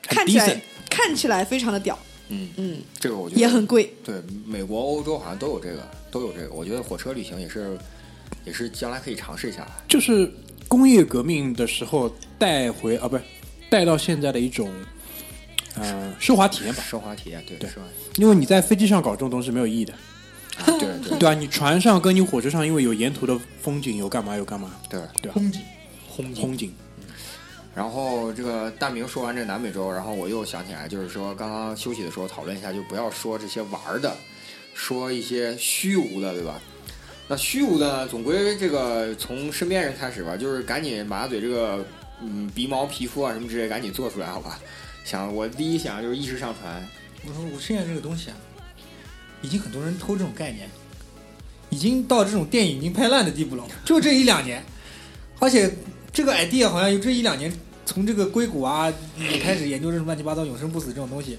Speaker 3: 看起来
Speaker 2: decent
Speaker 3: 看起来非常的屌，
Speaker 4: 嗯，
Speaker 3: 嗯，
Speaker 4: 这个我觉得
Speaker 3: 也很
Speaker 5: 嗯
Speaker 3: 贵。
Speaker 4: 对。美国、欧洲好像都有这个，都有这个。我觉得火车旅行也是，也是将来可以尝试一下。啊
Speaker 2: 就是工业革命的时候带回啊，不是带到现在的一种呃奢华体验吧。
Speaker 4: 升华体验，对，
Speaker 2: 对
Speaker 4: 是吧？
Speaker 2: 因为你在飞机上搞这种东西没有意义的，
Speaker 4: 啊对对
Speaker 2: 对啊，你船上跟你火车上，因为有沿途的风景，有干嘛有干嘛，
Speaker 4: 对。
Speaker 2: 对吧？
Speaker 5: 风景。
Speaker 2: 风风景，
Speaker 4: 然后这个大明说完这南美洲，然后我又想起来，就是说刚刚休息的时候讨论一下，就不要说这些玩儿的，说一些虚无的，对吧？那虚无的呢，总归这个从身边人开始吧，就是赶紧把嘴这个嗯鼻毛皮肤啊什么之类赶紧做出来，好吧？想我第一想就是意识上传，
Speaker 5: 我说我现在这个东西啊，已经很多人偷这种概念，已经到这种电影已经拍烂的地步了，就这一两年，而且这个 idea 好像有这一两年从这个硅谷啊也开始研究这种乱七八糟永生不死这种东西，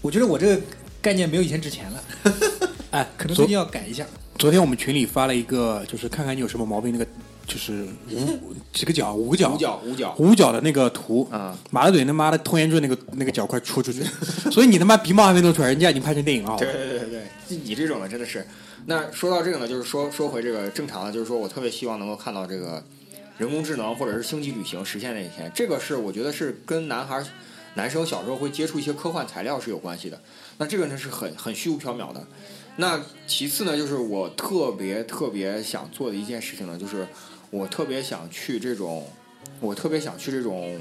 Speaker 5: 我觉得我这个概念没有以前值 钱了，
Speaker 2: 哎，
Speaker 5: 可能
Speaker 2: 昨
Speaker 5: 最近要改一下。
Speaker 2: 昨天我们群里发了一个，就是看看你有什么毛病，那个就是五几个角，五个角，
Speaker 4: 五角五角
Speaker 2: 五角的那个图
Speaker 4: 啊，
Speaker 2: 马大嘴他妈的拖延症那个那个角快戳出去， 所以你他妈鼻毛还没弄出来，人家已经拍成电影了，好吧
Speaker 4: 对对对对，对，你这种的真的是。那说到这个呢，就是说说回这个正常的，就是说我特别希望能够看到这个人工智能或者是星际旅行实现那一天。这个是我觉得是跟男孩儿、男生小时候会接触一些科幻材料是有关系的。那这个呢是很很虚无缥缈的。那其次呢，就是我特别特别想做的一件事情呢，就是我特别想去这种，我特别想去这种，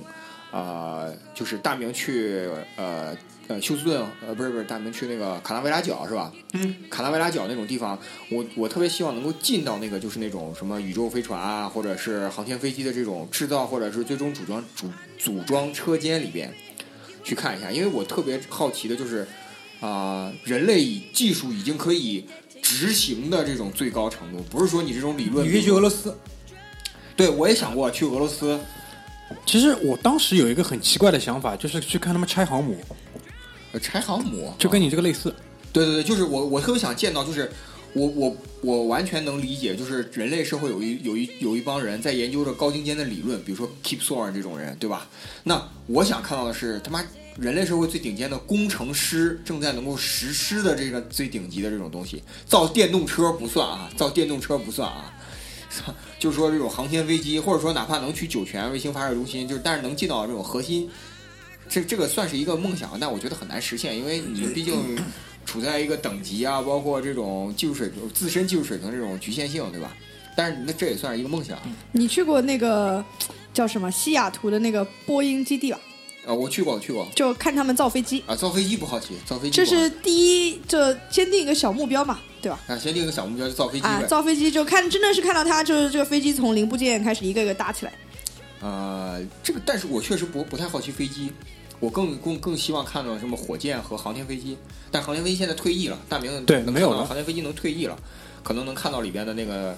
Speaker 4: 呃，就是大明去呃呃休斯顿，呃不是不是大明去那个卡纳维拉角是吧？嗯，卡纳维拉角那种地方，我我特别希望能够进到那个就是那种什么宇宙飞船啊，或者是航天飞机的这种制造，或者是最终组装组组装车间里边去看一下，因为我特别好奇的就是啊、人类以技术已经可以执行的这种最高程度，不是说你这种理论。
Speaker 5: 你可以去俄罗斯，
Speaker 4: 对，我也想过去俄罗斯。
Speaker 2: 其实我当时有一个很奇怪的想法，就是去看他们拆航母，
Speaker 4: 呃柴航母
Speaker 2: 就跟你这个类似。
Speaker 4: 对对对，就是我我特别想见到，就是我我我完全能理解，就是人类社会有一有一有一帮人在研究着高精尖的理论，比如说 Keep Soren 这种人，对吧？那我想看到的是他妈人类社会最顶尖的工程师正在能够实施的这个最顶级的这种东西，造电动车不算啊，造电动车不算啊。 就是说，这种航天飞机，或者说哪怕能去酒泉卫星发射中心，就是但是能进到这种核心，这这个算是一个梦想，但我觉得很难实现，因为你毕竟处在一个等级啊，包括这种技术水平、自身技术水平这种局限性，对吧？但是那这也算是一个梦想啊、
Speaker 3: 你去过那个叫什么西雅图的那个波音基地吧？
Speaker 4: 我去过，我去过啊、
Speaker 3: 就看他们造飞机，
Speaker 4: 造飞机不好奇，造飞机
Speaker 3: 这
Speaker 4: 不好
Speaker 3: 是第一，就坚定一个小目标嘛，对吧？
Speaker 4: 啊，先定个小目标，就造飞机
Speaker 3: 啊
Speaker 4: 呗，。
Speaker 3: 造飞机就看，真的是看到它，就是这个飞机从零部件开始一个一个搭起来。
Speaker 4: 呃，这个，但是我确实不不太好奇飞机，我更更更希望看到什么火箭和航天飞机。但航天飞机现在退役了，大明
Speaker 2: 对
Speaker 4: 能看
Speaker 2: 没有
Speaker 4: 到
Speaker 2: 了
Speaker 4: 航天飞机能退役了，可能能看到里边的那个，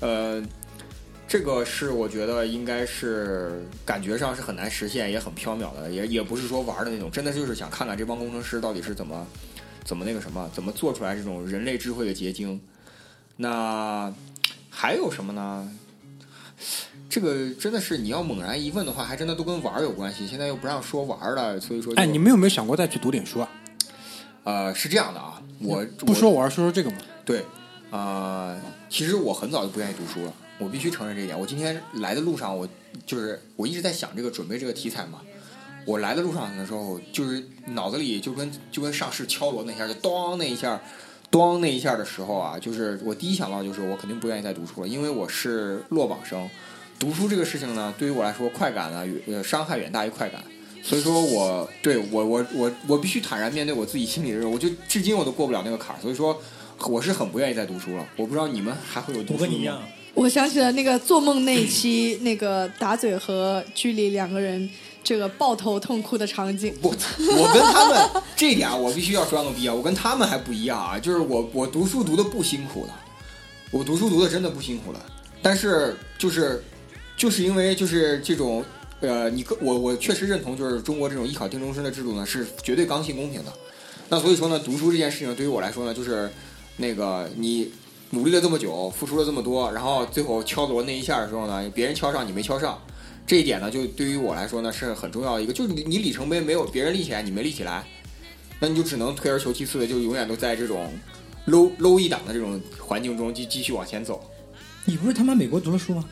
Speaker 4: 呃，这个是我觉得应该是感觉上是很难实现，也很缥缈的，也也不是说玩儿的那种，真的就是想看看这帮工程师到底是怎么怎么那个什么，怎么做出来这种人类智慧的结晶。那还有什么呢？这个真的是你要猛然一问的话，还真的都跟玩儿有关系。现在又不让说玩儿了，所以说就
Speaker 2: 哎，你们有没有想过再去读点书啊？
Speaker 4: 呃是这样的啊，我
Speaker 2: 不说我要说说这个嘛。
Speaker 4: 对，啊，其实我很早就不愿意读书了，我必须承认这一点。我今天来的路上，我就是我一直在想这个准备这个题材嘛。我来的路上的时候，就是脑子里就跟就跟上市敲锣那一下，就咚那一下，咚那一下的时候啊，就是我第一想到就是我肯定不愿意再读书了，因为我是落榜生。读书这个事情呢，对于我来说，快感呢，呃，伤害远大于快感。所以说我对我我我我必须坦然面对我自己心里的这种，我就至今我都过不了那个坎儿。所以说，我是很不愿意再读书了。我不知道你们还会有读
Speaker 5: 我
Speaker 4: 书的吗
Speaker 5: 和你一样，
Speaker 3: 我想起了那个做梦那一期，那个打嘴和居里两个人这个抱头痛哭的场景。
Speaker 4: 不，我跟他们这一点啊我必须要装个逼啊！我跟他们还不一样啊，就是我我读书读的不辛苦的，我读书读的真的不辛苦的，但是就是就是因为就是这种呃，你跟我我确实认同，就是中国这种一考定终身的制度呢是绝对刚性公平的。那所以说呢，读书这件事情对于我来说呢，就是那个你努力了这么久，付出了这么多，然后最后敲锣那一下的时候呢，别人敲上你没敲上，这一点呢，就对于我来说呢是很重要的一个，就是你你里程碑没有别人立起来，你没立起来，那你就只能退而求其次的，就永远都在这种 low low 一档的这种环境中继继续往前走。
Speaker 5: 你不是他妈美国读了书吗？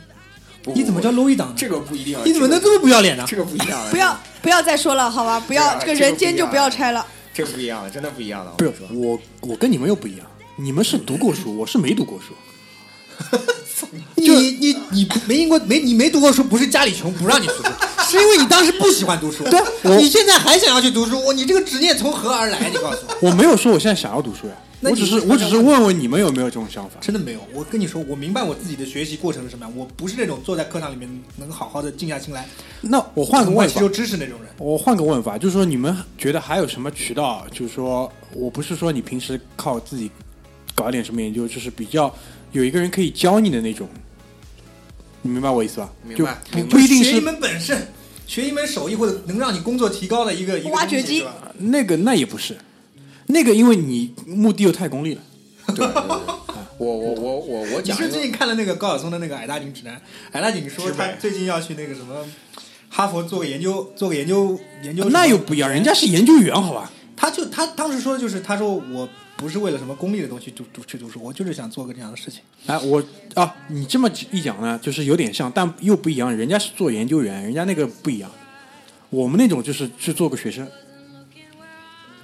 Speaker 4: 不
Speaker 5: 你怎么叫 low 一档呢？
Speaker 4: 这个不一定啊？
Speaker 5: 你怎么能这么 不要脸呢？
Speaker 4: 这个不一样？啊
Speaker 3: 不要不要再说了，好吧？不要
Speaker 4: 对啊
Speaker 3: 这个人间
Speaker 4: 这
Speaker 3: 就
Speaker 4: 个不
Speaker 3: 不
Speaker 4: 一样
Speaker 3: 要拆了。
Speaker 4: 这个不一样的，啊真的不一样的。
Speaker 2: 不是
Speaker 4: 我跟你说
Speaker 2: 我，我跟你们又不一样，你们是读过书，我是没读过书。就
Speaker 5: 你你你不没英国没你没读过书，不是家里穷不让你读书，是因为你当时不喜欢读书。
Speaker 2: 我
Speaker 5: 你现在还想要去读书，我你这个执念从何而来？你告诉我，
Speaker 2: 我没有说我现在想要读书呀，
Speaker 5: 那
Speaker 2: 我
Speaker 5: 你
Speaker 2: 只是
Speaker 5: 是
Speaker 2: 我只是问问你们有没有这种想法。
Speaker 5: 真的没有。我跟你说，我明白我自己的学习过程是什么样，我不是那种坐在课堂里面能好好的静下心来
Speaker 2: 那我换个
Speaker 5: 外
Speaker 2: 问
Speaker 5: 吸
Speaker 2: 法
Speaker 5: 收，知识那种人。
Speaker 2: 我换个问法，就是说你们觉得还有什么渠道？就是说我不是说你平时靠自己搞点什么研究，就是比较有一个人可以教你的那种，你明白我意思吧？
Speaker 4: 明
Speaker 2: 就
Speaker 4: 白
Speaker 2: 不
Speaker 4: 明白
Speaker 2: 不一定
Speaker 5: 学一
Speaker 2: 是
Speaker 5: 门本事，学一门手艺，或者能让你工作提高的一个一个
Speaker 3: 挖掘
Speaker 5: 东西
Speaker 3: 机
Speaker 5: 是吧
Speaker 2: 那个，那也不是那个，因为你目的又太功利了。
Speaker 4: 对对对对我我我我我
Speaker 5: 你
Speaker 4: 讲
Speaker 5: 是
Speaker 4: 一个
Speaker 5: 最近看了那个高晓松的那个《矮大紧指南》，矮大紧说
Speaker 4: 直白
Speaker 5: 他最近要去那个什么哈佛做个研究，做个研究研究什么。
Speaker 2: 那又不一样，人家是研究员，好吧？
Speaker 5: 他就他当时说的就是，他说我不是为了什么功利的东西读读去读书，我就是想做个这样的事情。
Speaker 2: 哎，我啊，你这么一讲呢，就是有点像，但又不一样。人家是做研究员，人家那个不一样。我们那种就是去做个学生，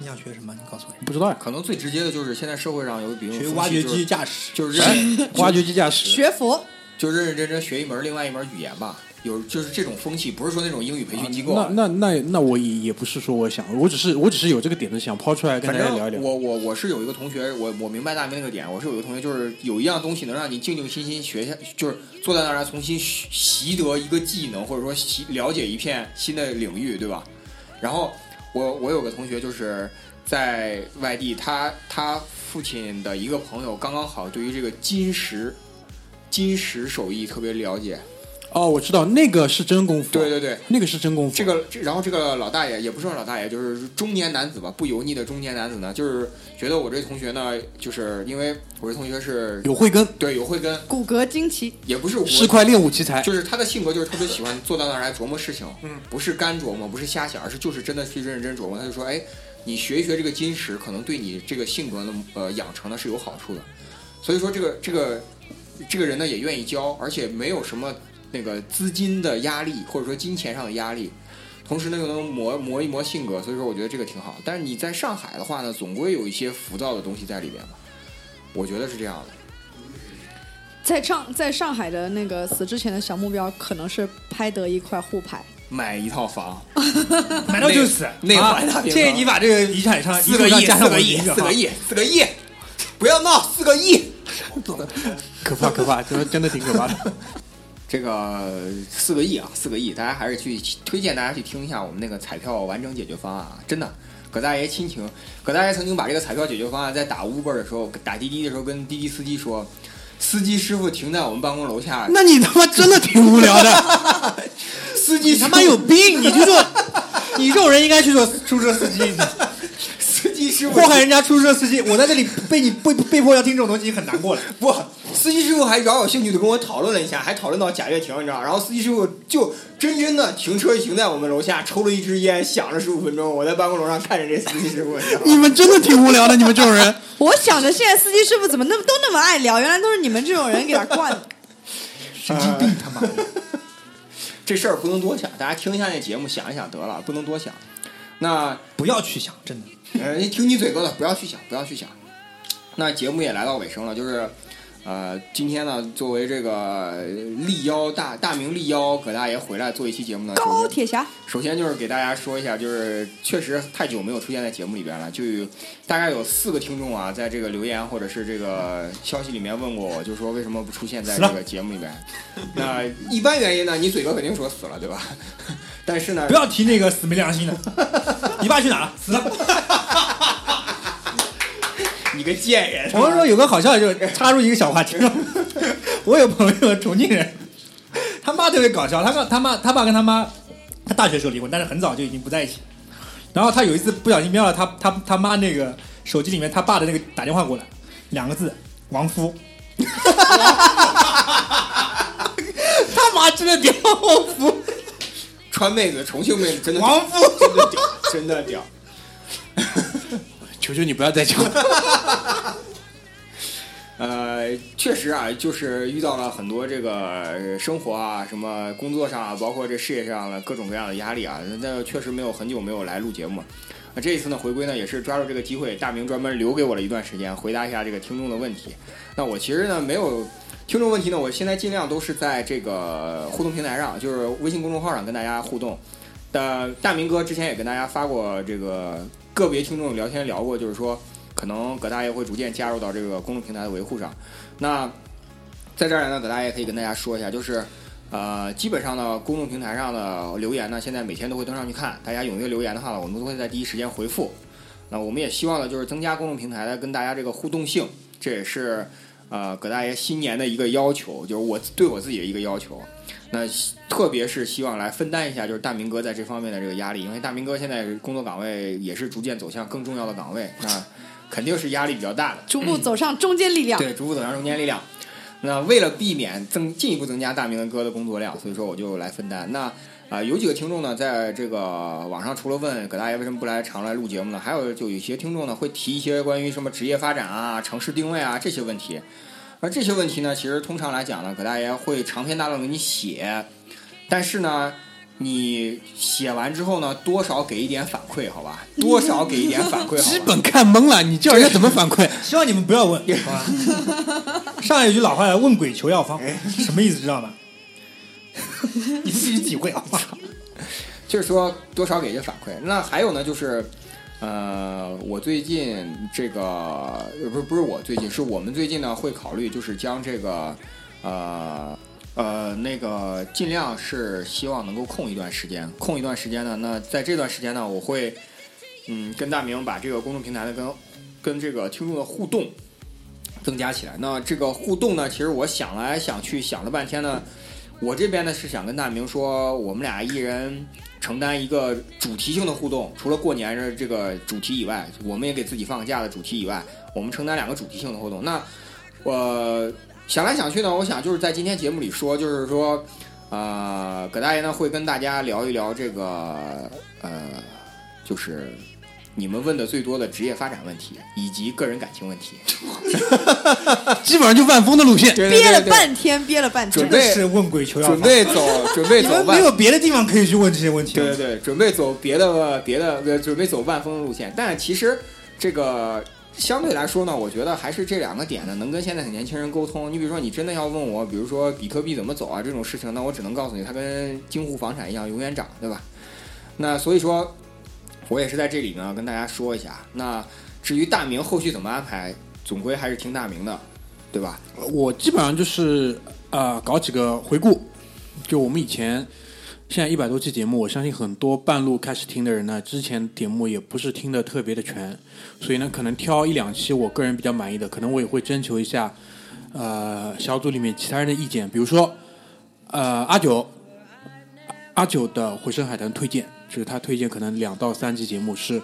Speaker 5: 你想学什么？你告诉我。
Speaker 2: 不知道呀。
Speaker 4: 可能最直接的就是现在社会上有比如
Speaker 5: 学
Speaker 4: 夫妻
Speaker 5: 挖掘
Speaker 4: 就是
Speaker 5: 机驾驶，
Speaker 4: 就是认
Speaker 2: 挖掘机驾驶，
Speaker 3: 学佛，
Speaker 4: 就认认真真学一门另外一门语言吧。有就是这种风气，不是说那种英语培训机构啊
Speaker 2: 那，那那那我也也不是说我想，我只是我只是有这个点子想抛出来跟
Speaker 4: 反
Speaker 2: 大
Speaker 4: 正
Speaker 2: 家聊一聊。
Speaker 4: 我我我是有一个同学，我我明白大明那个点，我是有一个同学，就是有一样东西能让你静静心心学下，就是坐在那儿啊重新习习得一个技能，或者说习了解一片新的领域，对吧？然后我我有个同学就是在外地，他他父亲的一个朋友刚刚好对于这个金石金石手艺特别了解，
Speaker 2: 哦，我知道那个是真功夫，
Speaker 4: 对对对，
Speaker 2: 那个是真功夫。
Speaker 4: 这个，这然后这个老大爷也不算老大爷，就是中年男子吧，不油腻的中年男子呢，就是觉得我这同学呢，就是因为我这同学是
Speaker 2: 有慧根，
Speaker 4: 对有慧根，
Speaker 3: 骨骼惊奇，
Speaker 4: 也不是我
Speaker 2: 是块练武奇才。
Speaker 4: 就是他的性格就是特别喜欢坐到那儿来琢磨事情，嗯，不是干琢磨，不是瞎想，而是就是真的去认真琢磨。他就说，哎，你学一学这个金石，可能对你这个性格的呃养成呢是有好处的。所以说这个这个这个人呢也愿意教，而且没有什么那个资金的压力或者说金钱上的压力，同时呢又能磨磨一磨性格，所以说我觉得这个挺好。但是你在上海的话呢，总归有一些浮躁的东西在里边吧，我觉得是这样的。
Speaker 3: 在上在上海的那个死之前的小目标，可能是拍得一块沪牌。
Speaker 4: 买一套房，
Speaker 5: 买到就死，
Speaker 4: 内内
Speaker 5: 啊
Speaker 4: 环大平！
Speaker 5: 建议你把这个遗产上
Speaker 4: 四个
Speaker 5: 遗嘱
Speaker 4: 亿，
Speaker 5: 上加
Speaker 4: 四
Speaker 5: 上我
Speaker 4: 个
Speaker 5: 的
Speaker 4: 亿，
Speaker 5: 名字
Speaker 4: 四
Speaker 5: 哈
Speaker 4: 个亿，四个亿，不要闹，四个亿。
Speaker 2: 可怕可怕，真的真的挺可怕的。
Speaker 4: 这个四个亿啊，四个亿，大家还是去推荐大家去听一下我们那个彩票完整解决方案啊！真的，葛大爷亲情，葛大爷曾经把这个彩票解决方案在打 Uber 的时候，打滴滴的时候跟滴滴司机说，司机师傅停在我们办公楼下，
Speaker 2: 那你他妈真的挺无聊的。
Speaker 4: 司
Speaker 5: 你
Speaker 4: 机
Speaker 5: 他妈有病！你 去做，你这种人应该去做出租车司机，你知道吗
Speaker 4: 司机师傅
Speaker 5: 祸害人家出租车司机。我在这里被你被被迫要听这种东西，你很难过了。
Speaker 4: 不，司机师傅还饶有兴趣的跟我讨论了一下，还讨论到贾跃亭，你知道吗？然后司机师傅就真真的停车停在我们楼下，抽了一支烟，想了十五分钟。我在办公楼上看着这司机师傅，你知道
Speaker 2: 你
Speaker 4: 吗？
Speaker 2: 们真的挺无聊的，你们这种人。
Speaker 3: 我想着现在司机师傅怎么那么都那么爱聊，原来都是你们这种人给他惯的。
Speaker 5: 神经病他妈的！
Speaker 4: 这事儿不能多想，大家听一下那节目，想一想得了，不能多想。那
Speaker 5: 不要去想，真的。
Speaker 4: 呃，听你嘴哥的，不要去想，不要去想。那节目也来到尾声了，就是，呃，今天呢，作为这个呃力邀大大明力邀葛大爷回来做一期节目呢，首
Speaker 3: 高
Speaker 4: 先
Speaker 3: 铁侠，
Speaker 4: 首先就是给大家说一下，就是确实太久没有出现在节目里边了，就有大概有四个听众啊，在这个留言或者是这个消息里面问过我，就说为什么不出现在这个节目里边？那一般原因呢，你嘴哥肯定说死了，对吧？ 但是呢
Speaker 5: 不，要提那个死没良心的， 你爸去哪了？死了。
Speaker 4: 你个贱人！
Speaker 5: 我跟你说有个好笑的，就是插入一个小话题。 我有朋友重庆人，他妈特别搞笑，他跟他妈他爸跟他妈，他大学时候离婚，但是很早就已经不在一起。然后他有一次不小心瞄了他他他妈那个手机里面他爸的那个打电话过来，两个字亡夫。 他妈真的屌亡夫，
Speaker 4: 川妹子、重庆妹子真的
Speaker 5: 王夫
Speaker 4: 真的屌，真的屌。
Speaker 2: 求求你不要再讲了。
Speaker 4: 呃，确实啊，就是遇到了很多这个呃生活啊、什么工作上啊，包括这事业上的各种各样的压力啊。那确实没有很久没有来录节目。那这一次呢，回归呢也是抓住这个机会，大明专门留给我了一段时间，回答一下这个听众的问题。那我其实呢没有听众问题呢，我现在尽量都是在这个互动平台上，就是微信公众号上跟大家互动。但大明哥之前也跟大家发过这个个别听众聊天聊过，就是说可能葛大爷会逐渐加入到这个公众平台的维护上。那在这儿呢，葛大爷可以跟大家说一下，就是呃，基本上呢，公众平台上的留言呢，现在每天都会登上去看，大家踊跃留言的话呢，我们都会在第一时间回复。那我们也希望呢，就是增加公众平台的跟大家这个互动性，这也是呃葛大爷新年的一个要求，就是我对我自己的一个要求。那特别是希望来分担一下，就是大明哥在这方面的这个压力，因为大明哥现在工作岗位也是逐渐走向更重要的岗位，那肯定是压力比较大的。
Speaker 3: 逐步走上中坚力量。
Speaker 4: 对，逐步走向中间力量。那为了避免增进一步增加大明的哥的工作量，所以说我就来分担。那啊、呃有几个听众呢，在这个网上除了问葛大爷为什么不来常来录节目呢，还有就有些听众呢会提一些关于什么职业发展啊、城市定位啊这些问题。而这些问题呢，其实通常来讲呢，葛大爷会长篇大论给你写，但是呢，你写完之后呢，多少给一点反馈，好吧？多少给一点反馈，好
Speaker 2: 基
Speaker 4: 吧？
Speaker 2: 本看懵了，你叫人家怎么反 馈？
Speaker 5: 希望你们不要问，好吧？ 上海有句老话叫“问鬼求药方”，什么意思知道吗？你自己体会啊。
Speaker 4: 就是说多少给一些反馈。那还有呢，就是，呃，我最近这个呃不是不是我最近，是我们最近呢会考虑，就是将这个，呃呃那个尽量是希望能够空一段时间，空一段时间呢，那在这段时间呢，我会嗯跟大明把这个公众平台的跟跟这个听众的互动。增加起来，那这个互动呢？其实我想来想去，想了半天呢，我这边呢是想跟大明说，我们俩一人承担一个主题性的互动，除了过年的这个主题以外，我们也给自己放个假的主题以外，我们承担两个主题性的互动。那我、想来想去呢，我想就是在今天节目里说，就是说，呃，葛大爷呢会跟大家聊一聊这个呃，就是你们问的最多的职业发展问题以及个人感情问题。
Speaker 2: 基本上就万峰的路线。
Speaker 4: 对
Speaker 3: 憋了半天，憋了半
Speaker 4: 准
Speaker 3: 天
Speaker 5: 真，的是问鬼求药
Speaker 4: 准
Speaker 5: 方。
Speaker 4: 备走，准备
Speaker 5: 你
Speaker 4: 走
Speaker 5: 们
Speaker 4: 吧
Speaker 5: 没。有别的地方可以去问这些问题吗？
Speaker 4: 对对对，准备走别的别的，呃准备走万峰路线。但其实这个相对来说呢，我觉得还是这两个点呢，能跟现在的年轻人沟通。你比如说，你真的要问我，比如说比特币怎么走啊这种事情，那我只能告诉你，它跟京沪房产一样，永远涨，对吧？那所以说，我也是在这里呢跟大家说一下。那至于大明后续怎么安排，总归还是听大明的，对吧？
Speaker 2: 我基本上就是呃搞几个回顾，就我们以前现在一百多期节目，我相信很多半路开始听的人呢，之前节目也不是听的特别的全，所以呢，可能挑一两期我个人比较满意的，可能我也会征求一下呃小组里面其他人的意见，比如说呃阿九阿九的《回声海滩》推荐，就是他推荐可能两到三期节目是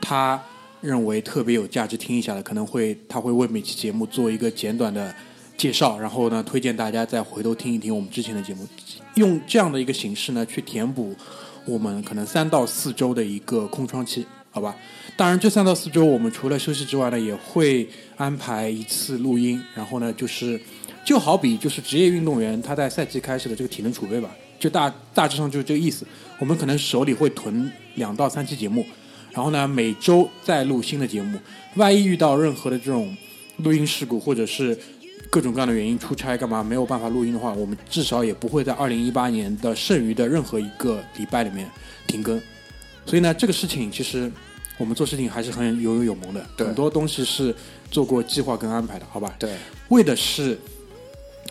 Speaker 2: 他认为特别有价值听一下的，可能会他会为每期节目做一个简短的介绍，然后呢，推荐大家再回头听一听我们之前的节目，用这样的一个形式呢，去填补我们可能三到四周的一个空窗期，好吧？当然，这三到四周我们除了休息之外呢，也会安排一次录音，然后呢，就是就好比就是职业运动员他在赛季开始的这个体能储备吧，就大大致上就是这个意思。我们可能手里会囤两到三期节目，然后呢，每周再录新的节目。万一遇到任何的这种录音事故，或者是各种各样的原因出差干嘛没有办法录音的话，我们至少也不会在二零一八年的剩余的任何一个礼拜里面停更。所以呢，这个事情其实我们做事情还是很有勇有谋的，
Speaker 4: 对
Speaker 2: 很多东西是做过计划跟安排的，好吧？
Speaker 4: 对，
Speaker 2: 为的是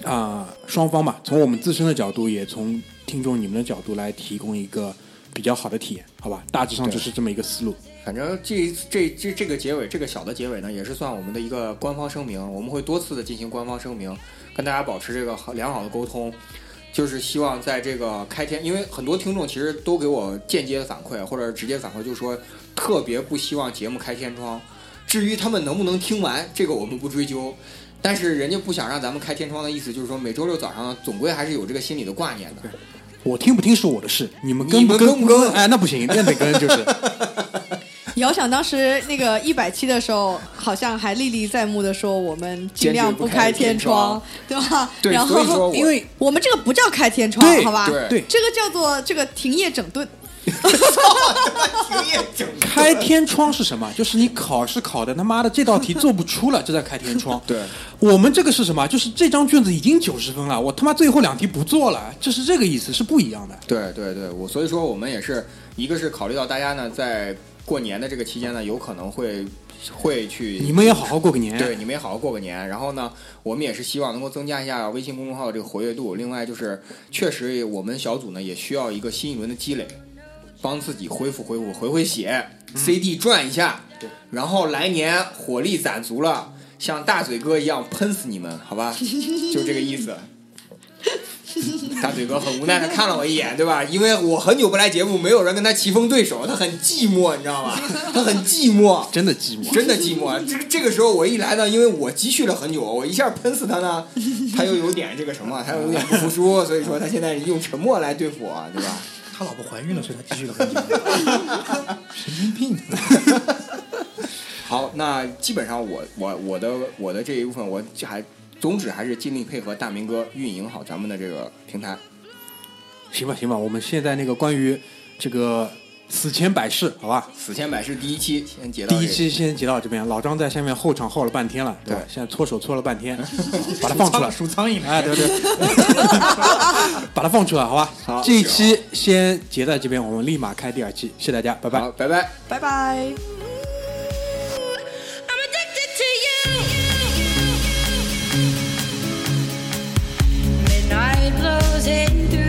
Speaker 2: 啊、双方吧，从我们自身的角度，也从听众你们的角度来提供一个比较好的体验，好吧？大致上就是这么一个思路。
Speaker 4: 反正这这这这个结尾，这个小的结尾呢，也是算我们的一个官方声明。我们会多次的进行官方声明，跟大家保持这个好良好的沟通。就是希望在这个开天，因为很多听众其实都给我间接的反馈或者直接反馈，就是说特别不希望节目开天窗。至于他们能不能听完，这个我们不追究。但是人家不想让咱们开天窗的意思，就是说每周六早上总归还是有这个心理的挂念的。
Speaker 2: 我听不听是我的事，你们
Speaker 4: 你
Speaker 2: 跟
Speaker 4: 们
Speaker 2: 跟
Speaker 4: 跟不跟
Speaker 2: 哎，那不行，那得跟就是。
Speaker 3: 遥想当时那个一百期的时候，好像还历历在目的说我们尽量
Speaker 4: 坚决不
Speaker 3: 开
Speaker 4: 开
Speaker 3: 天
Speaker 4: 天窗
Speaker 3: 对吧？
Speaker 4: 对
Speaker 3: 然
Speaker 4: 所以说
Speaker 3: 后
Speaker 4: 我
Speaker 2: 因为
Speaker 3: 我们这个不叫开天窗，
Speaker 2: 对
Speaker 3: 好吧？
Speaker 4: 对
Speaker 2: 对
Speaker 3: 这个叫做这个停业整顿。
Speaker 4: 停业整顿
Speaker 2: 开天窗是什么？就是你考试考的他妈的这道题做不出了，这叫开天窗。
Speaker 4: 对，
Speaker 2: 我们这个是什么？就是这张卷子已经九十分了，我他妈最后两题不做了，这是这个意思，是不一样的。
Speaker 4: 对对对，我所以说我们也是一个是考虑到大家呢在过年的这个期间呢，有可能会会去
Speaker 2: 你们也好好过个年。
Speaker 4: 对，你们也好好过个年。然后呢，我们也是希望能够增加一下微信公众号的这个活跃度。另外就是，确实我们小组呢也需要一个新一轮的积累，帮自己恢复恢复回回血、c d 转一下。
Speaker 2: 嗯对，
Speaker 4: 然后来年火力攒足了，像大嘴哥一样喷死你们，好 吧？就这个意思。大嘴哥很无奈的看了我一眼，对吧？因为我很久不来节目，没有人跟他棋逢对手，他很寂寞，你知道吗？他很寂寞。
Speaker 2: 真的寂寞。
Speaker 4: 真的寂寞。这这个时候我一来呢，因为我积蓄了很久，我一下喷死他呢，他又有点这个什么，他又有点不服输，所以说他现在用沉默来对付我，对吧？
Speaker 5: 他老婆怀孕了，所以他继续了很久。神经病！
Speaker 4: 好，那基本上我我我的我的这一部分，我还宗旨还是尽力配合大明哥运营好咱们的这个平台。
Speaker 2: 行吧，行吧，我们现在那个关于这个死前百事，好吧，
Speaker 4: 死前百事第一期先截到这
Speaker 2: 第
Speaker 4: 个、
Speaker 2: 一期先截到这边。老张在下面后场候了半天了，吧
Speaker 4: 对
Speaker 2: 现在搓手搓了半 天，把它放出来，
Speaker 5: 属苍蝇的
Speaker 2: 哎，对不对？把它放出来，好吧。
Speaker 4: 好
Speaker 2: 这一期先截在这边，我们立马开第二期，谢谢大家，拜拜。
Speaker 4: 好，拜拜。
Speaker 3: 拜拜。
Speaker 1: I'm addicted to you. Midnight blows in through